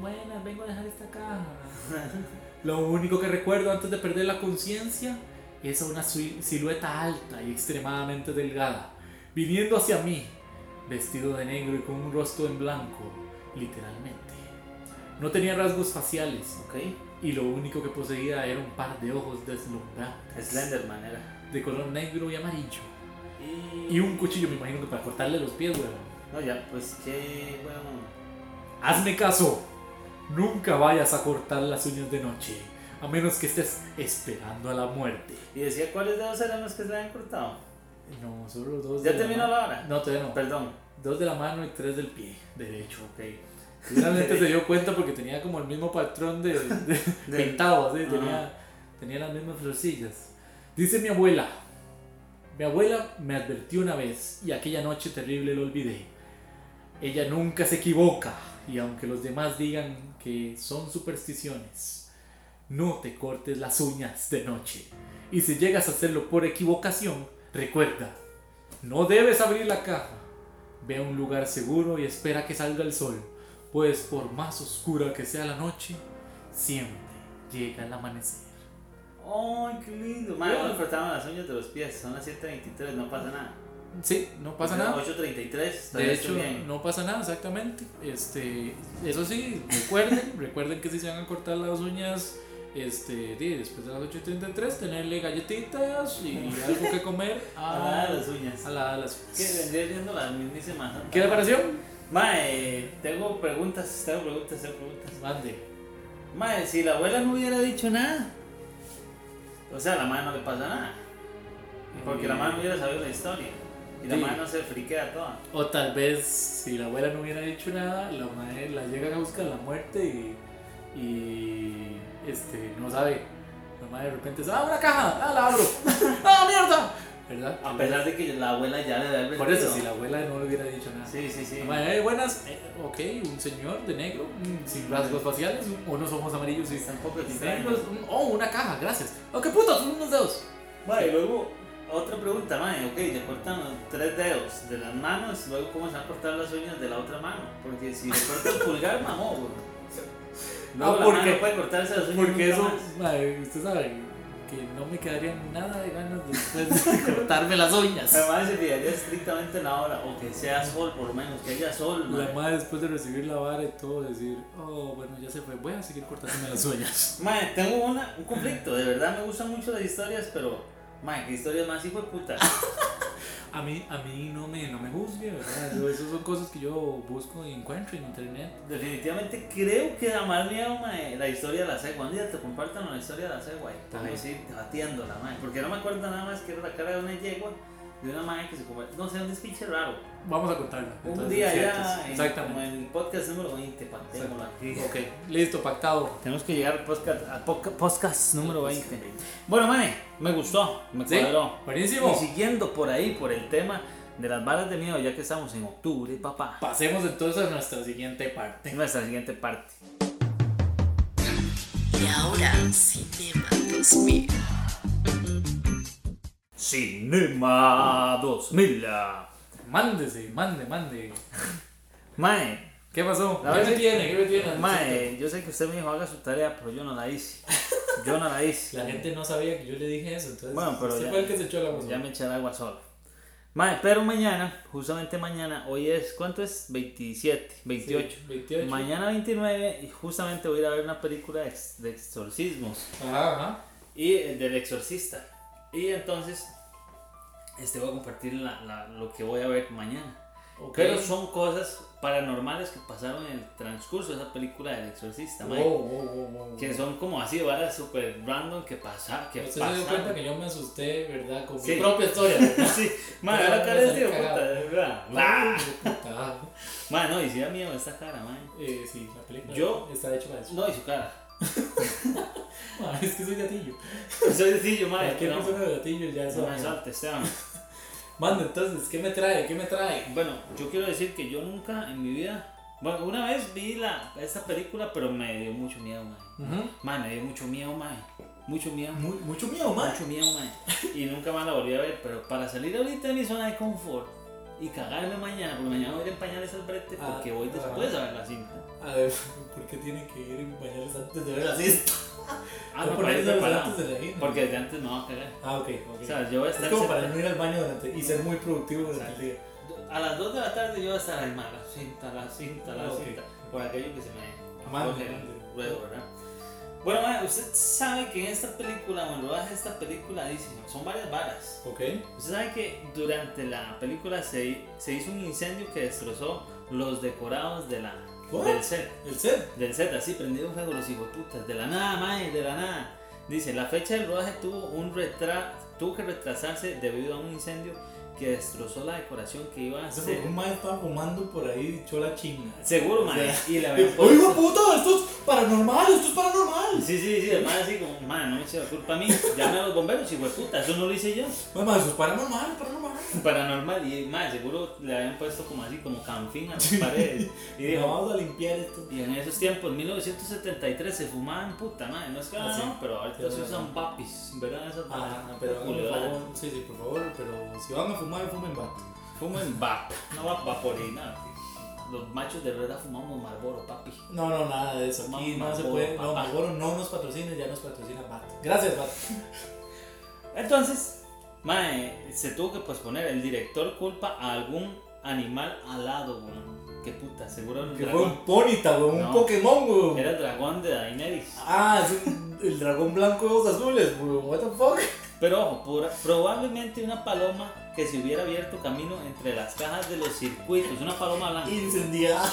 buena, vengo a dejar esta caja. Lo único que recuerdo antes de perder la conciencia es a una sui- silueta alta y extremadamente delgada, viniendo hacia mí, vestido de negro y con un rostro en blanco, literalmente. No tenía rasgos faciales Ok. y lo único que poseía era un par de ojos deslumbrantes, Slenderman era. de color negro y amarillo, y un cuchillo, me imagino que para cortarle los pies, weón. No, ya, pues qué, weón. Hazme caso, nunca vayas a cortar las uñas de noche, a menos que estés esperando a la muerte. Y decía cuáles dedos eran los que se le habían cortado. No, solo dos. ¿Ya de la terminó la hora? mano. No, todavía no. Perdón. Dos de la mano y tres del pie derecho. Ok. Finalmente se dio cuenta porque tenía como el mismo patrón de, de- De- pintado, así, Ajá. tenía, tenía las mismas florecillas. Dice mi abuela, mi abuela me advirtió una vez y aquella noche terrible lo olvidé. Ella nunca se equivoca y aunque los demás digan que son supersticiones, no te cortes las uñas de noche. Y si llegas a hacerlo por equivocación, recuerda, no debes abrir la caja. Ve a un lugar seguro y espera que salga el sol, pues por más oscura que sea la noche, siempre llega el amanecer. ¡Ay, qué lindo! Madre, no me cortaban las uñas de los pies. Son las 7.23, no pasa nada. Sí, no pasa nada. 8.33, De todavía hecho, estoy bien. no pasa nada, exactamente. Este, eso sí, recuerden, recuerden que si se van a cortar las uñas, este, di, después de las 8.33, tenerle galletitas y algo que comer Ah, a, las uñas. a la- a las Que vendría siendo la mismísima. Santa ¿Qué le Ana. pareció? Mae, tengo preguntas, tengo preguntas, tengo preguntas. Mande. Mae, si la abuela no hubiera dicho nada, o sea, a la madre no le pasa nada. Porque Eh, la madre no hubiera sabido la historia. Y la Sí. madre no se friquea toda. O tal vez si la abuela no hubiera hecho nada, la madre la llegan a buscar a la muerte y, y, este, no sabe. La madre de repente dice, ah, una caja, ah, la abro. ah, mierda. ¿Verdad? A pesar de que la abuela ya le da el Por eso, si la abuela no le hubiera dicho nada. Sí, sí, sí. La madre, "Eh, buenas, eh, ok, un señor de negro, mm, sin rasgos faciales, un- unos ojos amarillos y Está un poco extraño. negros, mm, oh, una caja, gracias. Oh, qué putos, unos dedos. Mae, y luego, otra pregunta, mae, ok, le cortan los tres dedos de las manos, luego cómo se van a cortar las uñas de la otra mano. Porque si le cortan el pulgar, mamó, güey. No, Ah, la ¿por mano qué? no puede cortarse las uñas. Porque nunca eso, más. madre, usted sabe que no me quedarían nada de ganas después de cortarme las uñas. Además se fijaría estrictamente en la hora, o que sea sol, por lo menos, que haya sol. La mae. madre después de recibir la vara y todo decir, oh, bueno, ya se fue, voy a seguir cortándome las uñas. Mae, tengo una, un conflicto, de verdad me gustan mucho las historias, pero, mae, qué historias más hijo de puta. A mí, a mí no me, no me juzgue, ¿verdad? Yo- esas son cosas que yo busco y encuentro en internet. Definitivamente creo que da más miedo, mae, la historia de la cegua. Un día te compartan la historia de la cegua, y Ajá. podemos ir debatiéndola, mae. Porque no me acuerdo nada más que era la cara de una yegua, de una mae que se convirtió, no sé, un despiche raro. Vamos a contarlo. Un entonces, día ciertas. ya, en- como Exactamente. en el podcast número 20, patémoslo aquí. Ok, listo, pactado. Tenemos que llegar al podcast, a podca- podcast número 20. Bueno, mae, me gustó, me ¿Sí? cuadró. Buenísimo. Y siguiendo por ahí, por el tema de las balas de miedo, ya que estamos en octubre, papá. Pasemos entonces a nuestra siguiente parte. En nuestra siguiente parte. Y ahora, Cinema 2000. Cinema 2000. Mándese, mande, mande. Mae, ¿Qué pasó? La ¿Qué verdad me es- tiene? ¿Qué me tiene? mae, yo sé que usted me dijo haga su tarea, pero yo no la hice. Yo no la hice. La gente no sabía que yo le dije eso, entonces Bueno, pero usted ya- fue el que se echó la voz. pues Ya me eché el agua sola. Mae, pero mañana, justamente mañana, hoy es, ¿cuánto es? 27, 28. Sí, 28. Mañana 29 y justamente voy a ir a ver una película de ex- de exorcismos. Ajá, ajá. y el del exorcista. Y entonces, este voy a compartir la- la- lo que voy a ver mañana. Ok. Pero son cosas paranormales que pasaron en el transcurso de esa película del exorcista, Wow, mae. wow, wow, wow. Que son como así, varas super random que pasa, que Oh. Usted se dio pasaron. cuenta que yo me asusté, ¿verdad? Con Sí. mi propia historia. ¿verdad? Sí, mae, Pero ahora me cara de salí tío, cagado. puta, es verdad. Ay, puta. Mae, no, y si da miedo esta cara, mae. Eh, sí, la película Yo- está hecha para eso. No, y su cara. Ah, es que soy gatillo. Soy sencillo, mae. Cualquier No, persona de gatillo ya no me sabe. salte, Esteban. Mano, entonces, ¿qué me trae? ¿Qué me trae? Bueno, yo quiero decir que yo nunca en mi vida. Bueno, una vez vi la, esta película, pero me dio mucho miedo, mae. Mae, me dio mucho miedo, mae. Mucho miedo. Mu- mucho miedo, man. Mucho miedo, mae. Y nunca más la volví a ver, pero para salir ahorita de mi zona de confort y cagarme mañana, porque mañana voy a ir en pañales al brete Ah, porque voy después a ver la cinta. A ver, ¿por qué tiene que ir en pañales antes de ver la cesta? Ah, No, no, por para ahí ir se los preparado. antes de la guinda. Porque desde antes me voy a cagar. Ah, ok, ok. O sea, yo voy a es estar. como sep- para no ir al baño durante y ser muy productivo durante el día. A las 2 de la tarde yo voy a estar ahí, mae, la cinta, la cinta, la Ah, ok. cinta. Por aquello que se me. Mande, coge el mande. ruedo, ¿verdad? Bueno, mae, usted sabe que en esta película, o en el rodaje de esta película, dicen, son varias varas. Ok. Usted sabe que durante la película se, se hizo un incendio que destrozó los decorados de la, ¿What? del set. ¿El set? Del set, así prendieron fuego los putas De la nada, mae, de la nada. Dice, la fecha del rodaje tuvo, un retra tuvo que retrasarse debido a un incendio que destrozó la decoración que iba a Ese fue ser. un mae estaba fumando por ahí chola chinga. Seguro, mae. Y la Eh, ven por- ¡Oiga, puta! ¡Esto es paranormal! ¡Esto es paranormal! Sí, sí, sí, el mae así como, mae, no me eche la culpa a mí. Llame a los bomberos, puta eso no lo hice yo. Mae, mae, eso es paranormal, paranormal. Paranormal, y mae, seguro le habían puesto como así, como canfín a las paredes. Y dijo, No, vamos a limpiar esto. Y en esos tiempos, en 1973, se fumaban puta madre, no es que ahora Ah, sí. no, pero ahorita Sí, se bueno. usan papis, ¿verdad? Esas Ah, varas, pero por culeras. favor, sí, sí, por favor, pero si van a fumar, fumen vato. Fumen vap, no va vaporina. tío. Los machos de verdad fumamos Marlboro, papi. No, no, nada de eso. Aquí Mamá, no se Boro, puede. No, papá. Malboro no nos patrocina, ya nos patrocina Bat. Gracias, Bat. Entonces, mae, se tuvo que posponer. El director culpa a algún animal alado, weón. Qué puta, seguro era un Que fue dragón. un Ponyta, weón, No. un Pokémon, weón. Era el dragón de Daenerys. Ah, es un- el dragón blanco de ojos azules, weón. What the fuck? Pero ojo, por- probablemente una paloma que se hubiera abierto camino entre las cajas de los circuitos. Una paloma blanca. Incendiada.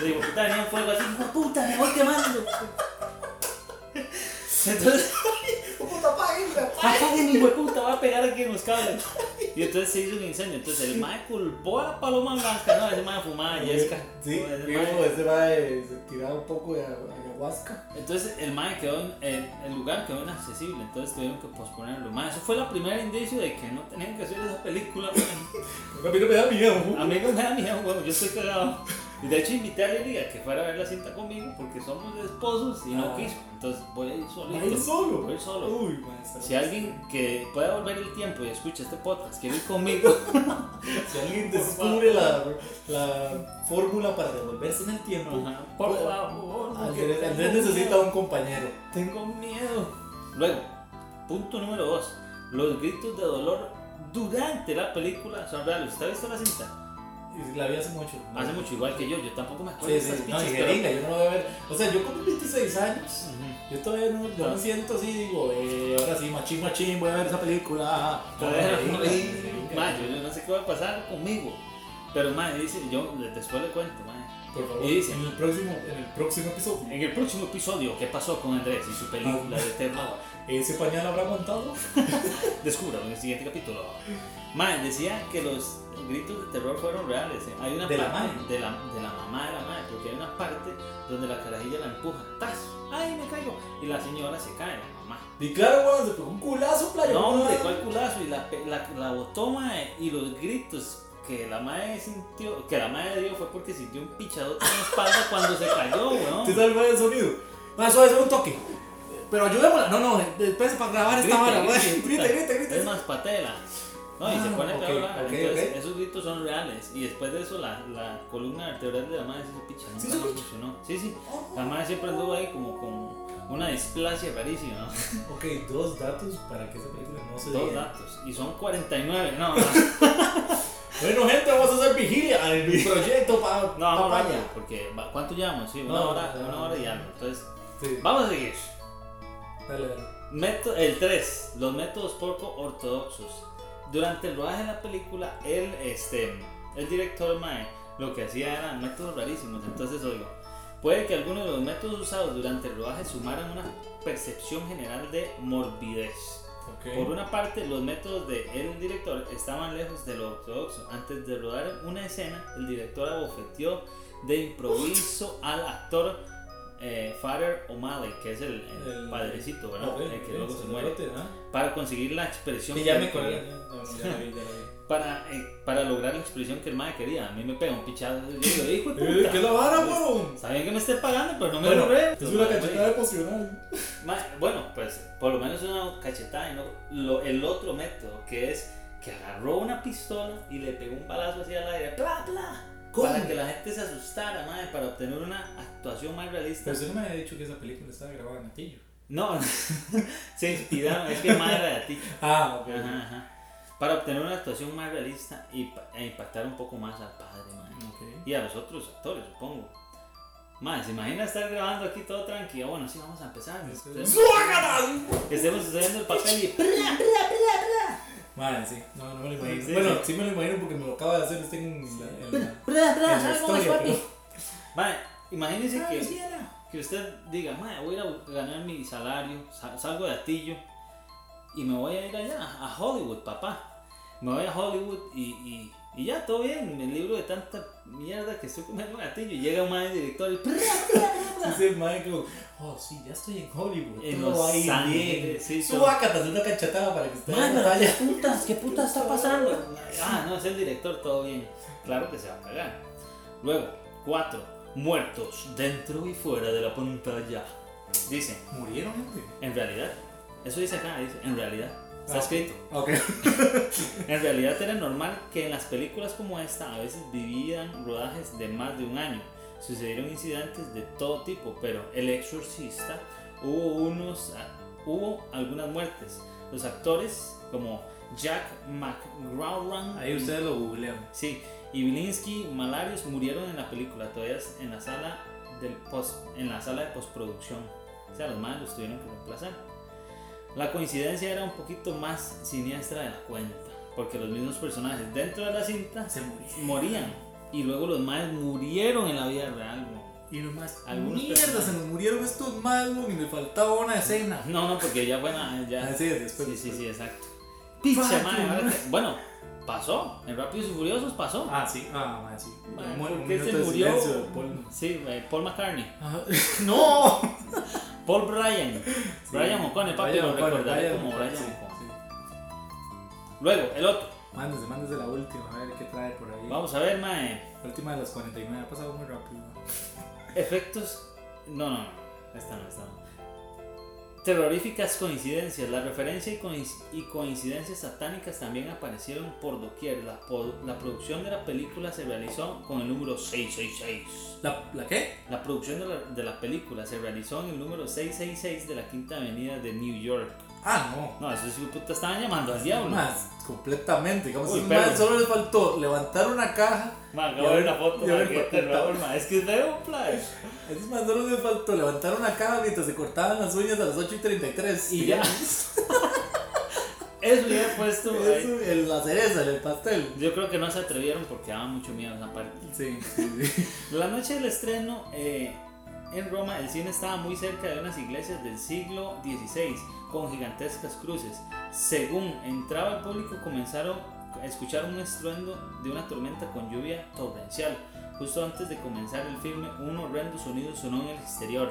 Le digo, puta, venía un fuego así, hijo de puta, me voy quemando. Entonces, Puta página. apaguen, hijo de puta, va a pegar aquí en los cables. Y entonces se hizo un incendio. Entonces el mae culpó a la paloma blanca, no, ese mae fumaba yesca. Sí, pues. Ese digo, mae- ese va se tiraba un poco de ayahuasca. Entonces el mae quedó, en- el, el lugar quedó inaccesible, entonces tuvieron que posponerlo. Mae, eso fue el primer indicio de que no tenían que hacer esa película. mae. A mí no me da miedo, A mí no me da miedo, bueno, yo estoy cagado. Y de hecho invité a Lili a que fuera a ver la cinta conmigo porque somos esposos y no Ah. quiso. Entonces voy a ir Va solito. a ir solo. Uh. Voy a ir solo. Uy, maestra. Si alguien que pueda volver el tiempo y escucha este podcast quiere ir conmigo, Si alguien descubre la, la fórmula para devolverse en el tiempo, Ajá. por favor, porque Andrés, tengo Andrés necesita miedo. un compañero. Tengo miedo. Luego, punto número 2. Los gritos de dolor durante la película son reales. ¿Usted ha visto la cinta? Y La vi hace mucho. ¿no? Hace mucho igual que yo, yo tampoco me Sí, acuerdo de sí, esas no, pinches, y pero- gringa, yo no la voy a ver. O sea, yo con 26 años, Ujú. yo todavía no, yo me siento así, digo, eh, ahora sí, machín, machín, voy a ver esa película. Todavía no, Gringa. Ma, yo yo no sé qué va a pasar conmigo. Pero madre, dice, yo después le cuento, madre. Por favor, Y dice- en el próximo, en el próximo episodio, En el próximo episodio, ¿qué pasó con Andrés y su película de terror? ese pañal habrá montado. Descubra en el siguiente capítulo. Mae, decía que los gritos de terror fueron reales. ¿eh? Hay una De la parte- mae. De la, de la mamá de la madre, porque hay una parte donde la carajilla la empuja. ¡Tas! ¡Ay, me caigo! Y la señora se cae, la mamá. Y claro, bueno, se pegó un culazo, playa. No, hombre, madre. cuál culazo. Y la, pe- la, la botó, mae, y los gritos que la madre sintió, que la madre dio fue porque sintió un pichadote en la espalda cuando se cayó, weón. ¿Te salva el sonido? Va, suave, suave un toque. Pero ayudémosla. No, no, después para grabar esta hora, güey. Grita, grita, grita. Es más, patela. No, y se Ah, pone ok, peor. ¿verdad? ok, Entonces, ok. esos gritos son reales. Y después de eso, la, la columna vertebral de la madre se hizo picha. Nunca ¿Se más hizo picha? funcionó. Sí, sí. La madre siempre anduvo ahí como con una displasia rarísima. ¿no? Ok, dos datos para que esa película no se Dos diga. datos. Y son 49. No, no, Bueno, gente, vamos a hacer vigilia en mi proyecto para no, vamos papaya. rápido, Porque, va- ¿cuánto llevamos? Sí, una No, hora, no, una no. hora y algo. Entonces, Sí, vamos a seguir. dale, dale. Meto- el 3, los métodos poco ortodoxos. Durante el rodaje de la película, el, este, el director Mae lo que hacía eran métodos rarísimos. Entonces, oigo, puede que algunos de los métodos usados durante el rodaje sumaran una percepción general de morbidez. Por una parte, los métodos de él, un director, estaban lejos de lo ortodoxo. Antes de rodar una escena, el director abofeteó de improviso al actor eh, Father O'Malley, que es el, el El- padrecito, ¿verdad? Ok, el que ok, luego se muere. sacerdote, ¿ah? Para conseguir la expresión Sí, ya él me acordé. quería. No, no, ya la vi, ya la vi. Para, eh, para lograr la expresión que el madre quería. A mí me pega un pichazo. Yo digo, hijo de Eh, puta. ¿Qué la vara, weón? Sabían que me esté pagando, pero no me Bueno, lo ve. es una cachetada emocional. Ma- Bueno, pues por lo menos una cachetada. y no- lo- el otro método que es que agarró una pistola y le pegó un balazo hacia el aire. ¡Pla, pla! Para que la gente se asustara, madre, para obtener una actuación más realista. Pero usted no me había dicho que esa película estaba grabada en Atillo. No, se inspiraron. es que madre era de ti. Ah, ok. Ajá, ajá. Para obtener una actuación más realista y pa- e impactar un poco más al padre, madre. Ok. Y a los otros actores, supongo. Madre, ¿se imagina estar grabando aquí todo tranquilo? Bueno, sí, vamos a empezar. Que estemos estudiando el papel y... Madre, sí. No, no me lo imagino. Sí, sí, bueno, sí. sí. me lo imagino porque me lo acaba de hacer usted en la, en la, en la Madre, historia. pero- imagínense pues. Ah, que, que usted diga, madre, voy a ir a ganar mi salario, sa- salgo de Atillo y me voy a ir allá, a Hollywood, papá. Me voy a Hollywood y, y, y ya, todo bien, me libro de tanta mierda que estoy comiendo en Atillo. Y llega un madre director y... "Pra, pra, pra". Dice el mae como, oh, sí, ya estoy en Hollywood. En todo Los va a ir Ángeles, bien. sí, Tú todo. bácatas una cachetada para que usted Madre, no pero vaya. ¿qué putas? ¿Qué putas está pasando? Ah, no, es el director, todo bien. Claro que se va a cagar. Luego, cuatro, muertos dentro y fuera de la pantalla. Dice, Murieron, gente. en realidad, eso dice acá, dice, en realidad. Está Ah. escrito. Ok. En realidad era normal que en las películas como esta a veces vivían rodajes de más de un año. Sucedieron incidentes de todo tipo, pero El Exorcista hubo unos ah, hubo algunas muertes. Los actores como Jack McGrawran Ahí ustedes lo googlean. sí, y Blinsky Malarius murieron en la película, todavía es en la sala del post, en la sala de postproducción. O sea, los malos los tuvieron que reemplazar. La coincidencia era un poquito más siniestra de la cuenta, porque los mismos personajes dentro de la cinta Se murieron. morían y luego los malos murieron en la vida real. güey. Y nomás, Algunos mierda, se nos murieron estos malos y me faltaba una escena. No, no, porque ya buena, ya. Así es, después. Sí, sí, sí, exacto. pues, Fuck, Picha, madre, man. ahora que- Bueno, pasó. En Rápidos y Furiosos pasó. Ah, sí. Ah, mae, sí. Mae, Un- ¿por un qué se minuto de murió? silencio de Paul. Sí, eh, Paul McCartney. Ah, ¡No! Paul Bryan. Brian O'Connor, papi, Brian lo O'Connor, recordaré Brian como O'Connor, Brian sí, O'Connor. sí. Luego, el otro. Mándese, mándese la última, a ver qué trae por ahí. Vamos a ver, mae. La última de las 49, ha pasado muy rápido. Efectos. No, no, no. Esta no, esta no. Terroríficas coincidencias. La referencia y, coinc- y coincidencias satánicas también aparecieron por doquier. La, po- la producción de la película se realizó con el número 666. ¿La, la qué? La producción de la, de la película se realizó en el número 666 de la Quinta Avenida de New York. Ah, no. No, esos hijos de puta estaban llamando al diablo. Más, completamente. Digamos, Uy, esos pero- maes solo les faltó levantar una caja. Ma, Ya acabo de ver ven, la foto, ya ma, ven, qué papita. terror, ma. Es que es feo, play. A esos más solo les faltó levantar una caja mientras se cortaban las uñas a las 8 y 33. Y ya. Eso ya puesto, ma. Eso, el- la cereza, el pastel. Yo creo que no se atrevieron porque daba mucho miedo esa parte. Sí, sí, sí. La noche del estreno eh, en Roma, el cine estaba muy cerca de unas iglesias del siglo XVI con gigantescas cruces. Según entraba el público, comenzaron a escuchar un estruendo de una tormenta con lluvia torrencial. Justo antes de comenzar el filme, un horrendo sonido sonó en el exterior.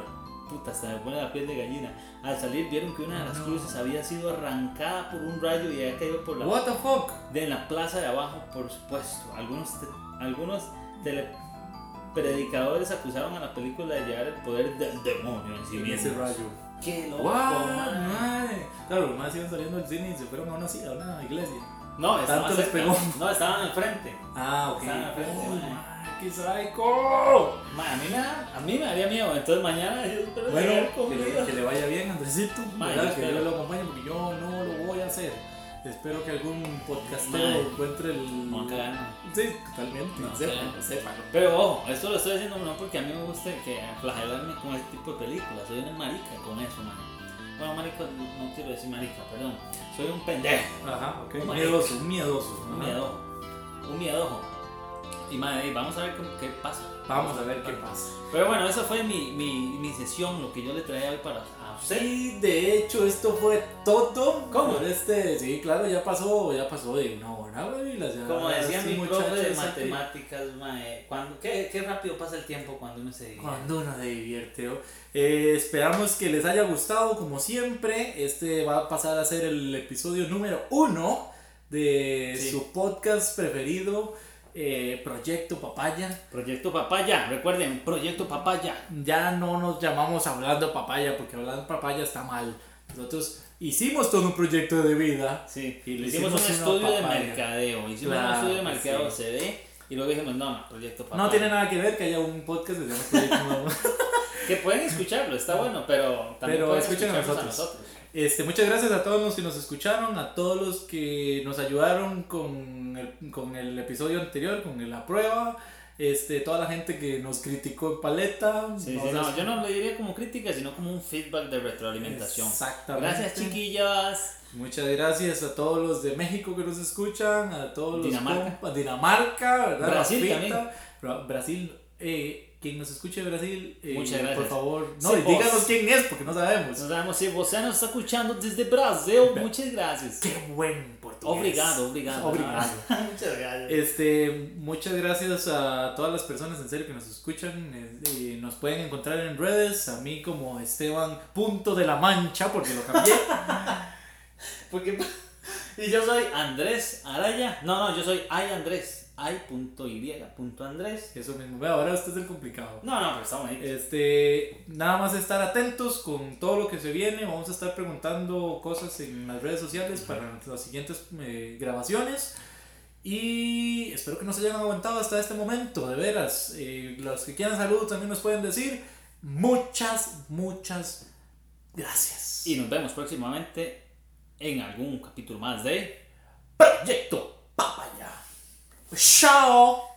Puta, hasta me pone la piel de gallina. Al salir vieron que una de las cruces había sido arrancada por un rayo y había caído por la What the fuck? de la plaza de abajo, por supuesto. Algunos, te- algunos telepredicadores acusaron a la película de llevar el poder del demonio en sí En ese mismo. rayo. ¡Qué loco! Wow, man! madre. Claro, los más iban saliendo del cine y se fueron a una, ci- a una iglesia. No, estaban Tanto les cerca. pegó. No, estaban enfrente. Ah, ok. Estaban enfrente, Oh, madre. madre, ¡Qué psycho! Ma, a, mí me da- a mí me daría miedo. Entonces mañana yo espero llegar Bueno, que conmigo. le, que le vaya bien, Andresito. Madre, ¿verdad? Que espero. Dios lo acompañe porque yo no lo voy a hacer. Espero que algún podcastero Madre. encuentre el. No, cagando. Sí, totalmente. No, sepa, cagando. sépalo. Pero ojo, esto lo estoy diciendo no porque a mí me gusta que flagelarme con este tipo de películas. Soy una marica con eso, man. Bueno, marico, no, no quiero decir marica, perdón. Soy un pendejo. Ajá, ok. Marica. Miedosos, miedosos. Un ajá. miedojo. Un miedojo. Y madre, vamos a ver cómo- qué pasa. Vamos a ver qué pasa. Pero bueno, esa fue mi, mi, mi sesión, lo que yo le traía hoy para a usted. Sí, de hecho, esto fue todo. ¿Cómo? Por este, sí, claro, ya pasó, ya pasó de una hora, güey. la señora- Como decía sí, mi profe de muchachos, matemáticas, mae, cuando, ¿qué, qué rápido pasa el tiempo cuando uno se sí. divierte. Cuando uno se divierte. ¿o? Eh, esperamos que les haya gustado, como siempre. Este va a pasar a ser el episodio número uno de Sí. su podcast preferido, eh, Proyecto Papaya. Proyecto Papaya, recuerden, Proyecto Papaya. ya no nos llamamos hablando papaya porque hablando papaya está mal. Nosotros hicimos todo un proyecto de vida. Sí, Y le hicimos hicimos, un una estudio de papaya. mercadeo, hicimos un Claro, estudio de mercadeo sí. CD y luego dijimos, no, no, Proyecto Papaya. No tiene nada que ver que haya un podcast que se llama Proyecto Nuevo. Que pueden escucharlo, está bueno, pero también Pero pueden escuchen a escucharnos nosotros. Este, muchas gracias a todos los que nos escucharon, a todos los que nos ayudaron con el, con el episodio anterior, con la prueba. Este, toda la gente que nos criticó en paleta. Sí, sí, Entonces, no, yo no le diría como crítica, sino como un feedback de retroalimentación. Exactamente. Gracias, chiquillas. Muchas gracias a todos los de México que nos escuchan, a todos los Dinamarca. compas- Dinamarca, ¿verdad? Brasil Rafita, también. Bra- Brasil, eh, quien nos escuche de Brasil, eh, Muchas gracias. por favor, no, Sí, y vos. díganos quién es porque no sabemos. Nos vemos si você nos está escuchando desde Brasil. Muchas gracias. Qué buen portugués. Obrigado, obrigado. Obrigado. Muchas gracias. Este, muchas gracias a todas las personas en serio que nos escuchan. eh, y nos pueden encontrar en redes, a mí como Esteban Punto de la Mancha porque lo cambié. Porque... Y yo soy Andrés Araya. No, no, yo soy Ay Andrés. Ay punto y punto Andrés. Eso mismo. Ve, ahora usted es el complicado. No, no, pero estamos ahí. Este, nada más estar atentos con todo lo que se viene. Vamos a estar preguntando cosas en las redes sociales para nuestras siguientes eh, grabaciones. Y espero que nos hayan aguantado hasta este momento, de veras. Eh, los que quieran saludos también nos pueden decir. Muchas, muchas gracias. Y nos vemos próximamente en algún capítulo más de... proyecto, papaya. Chao.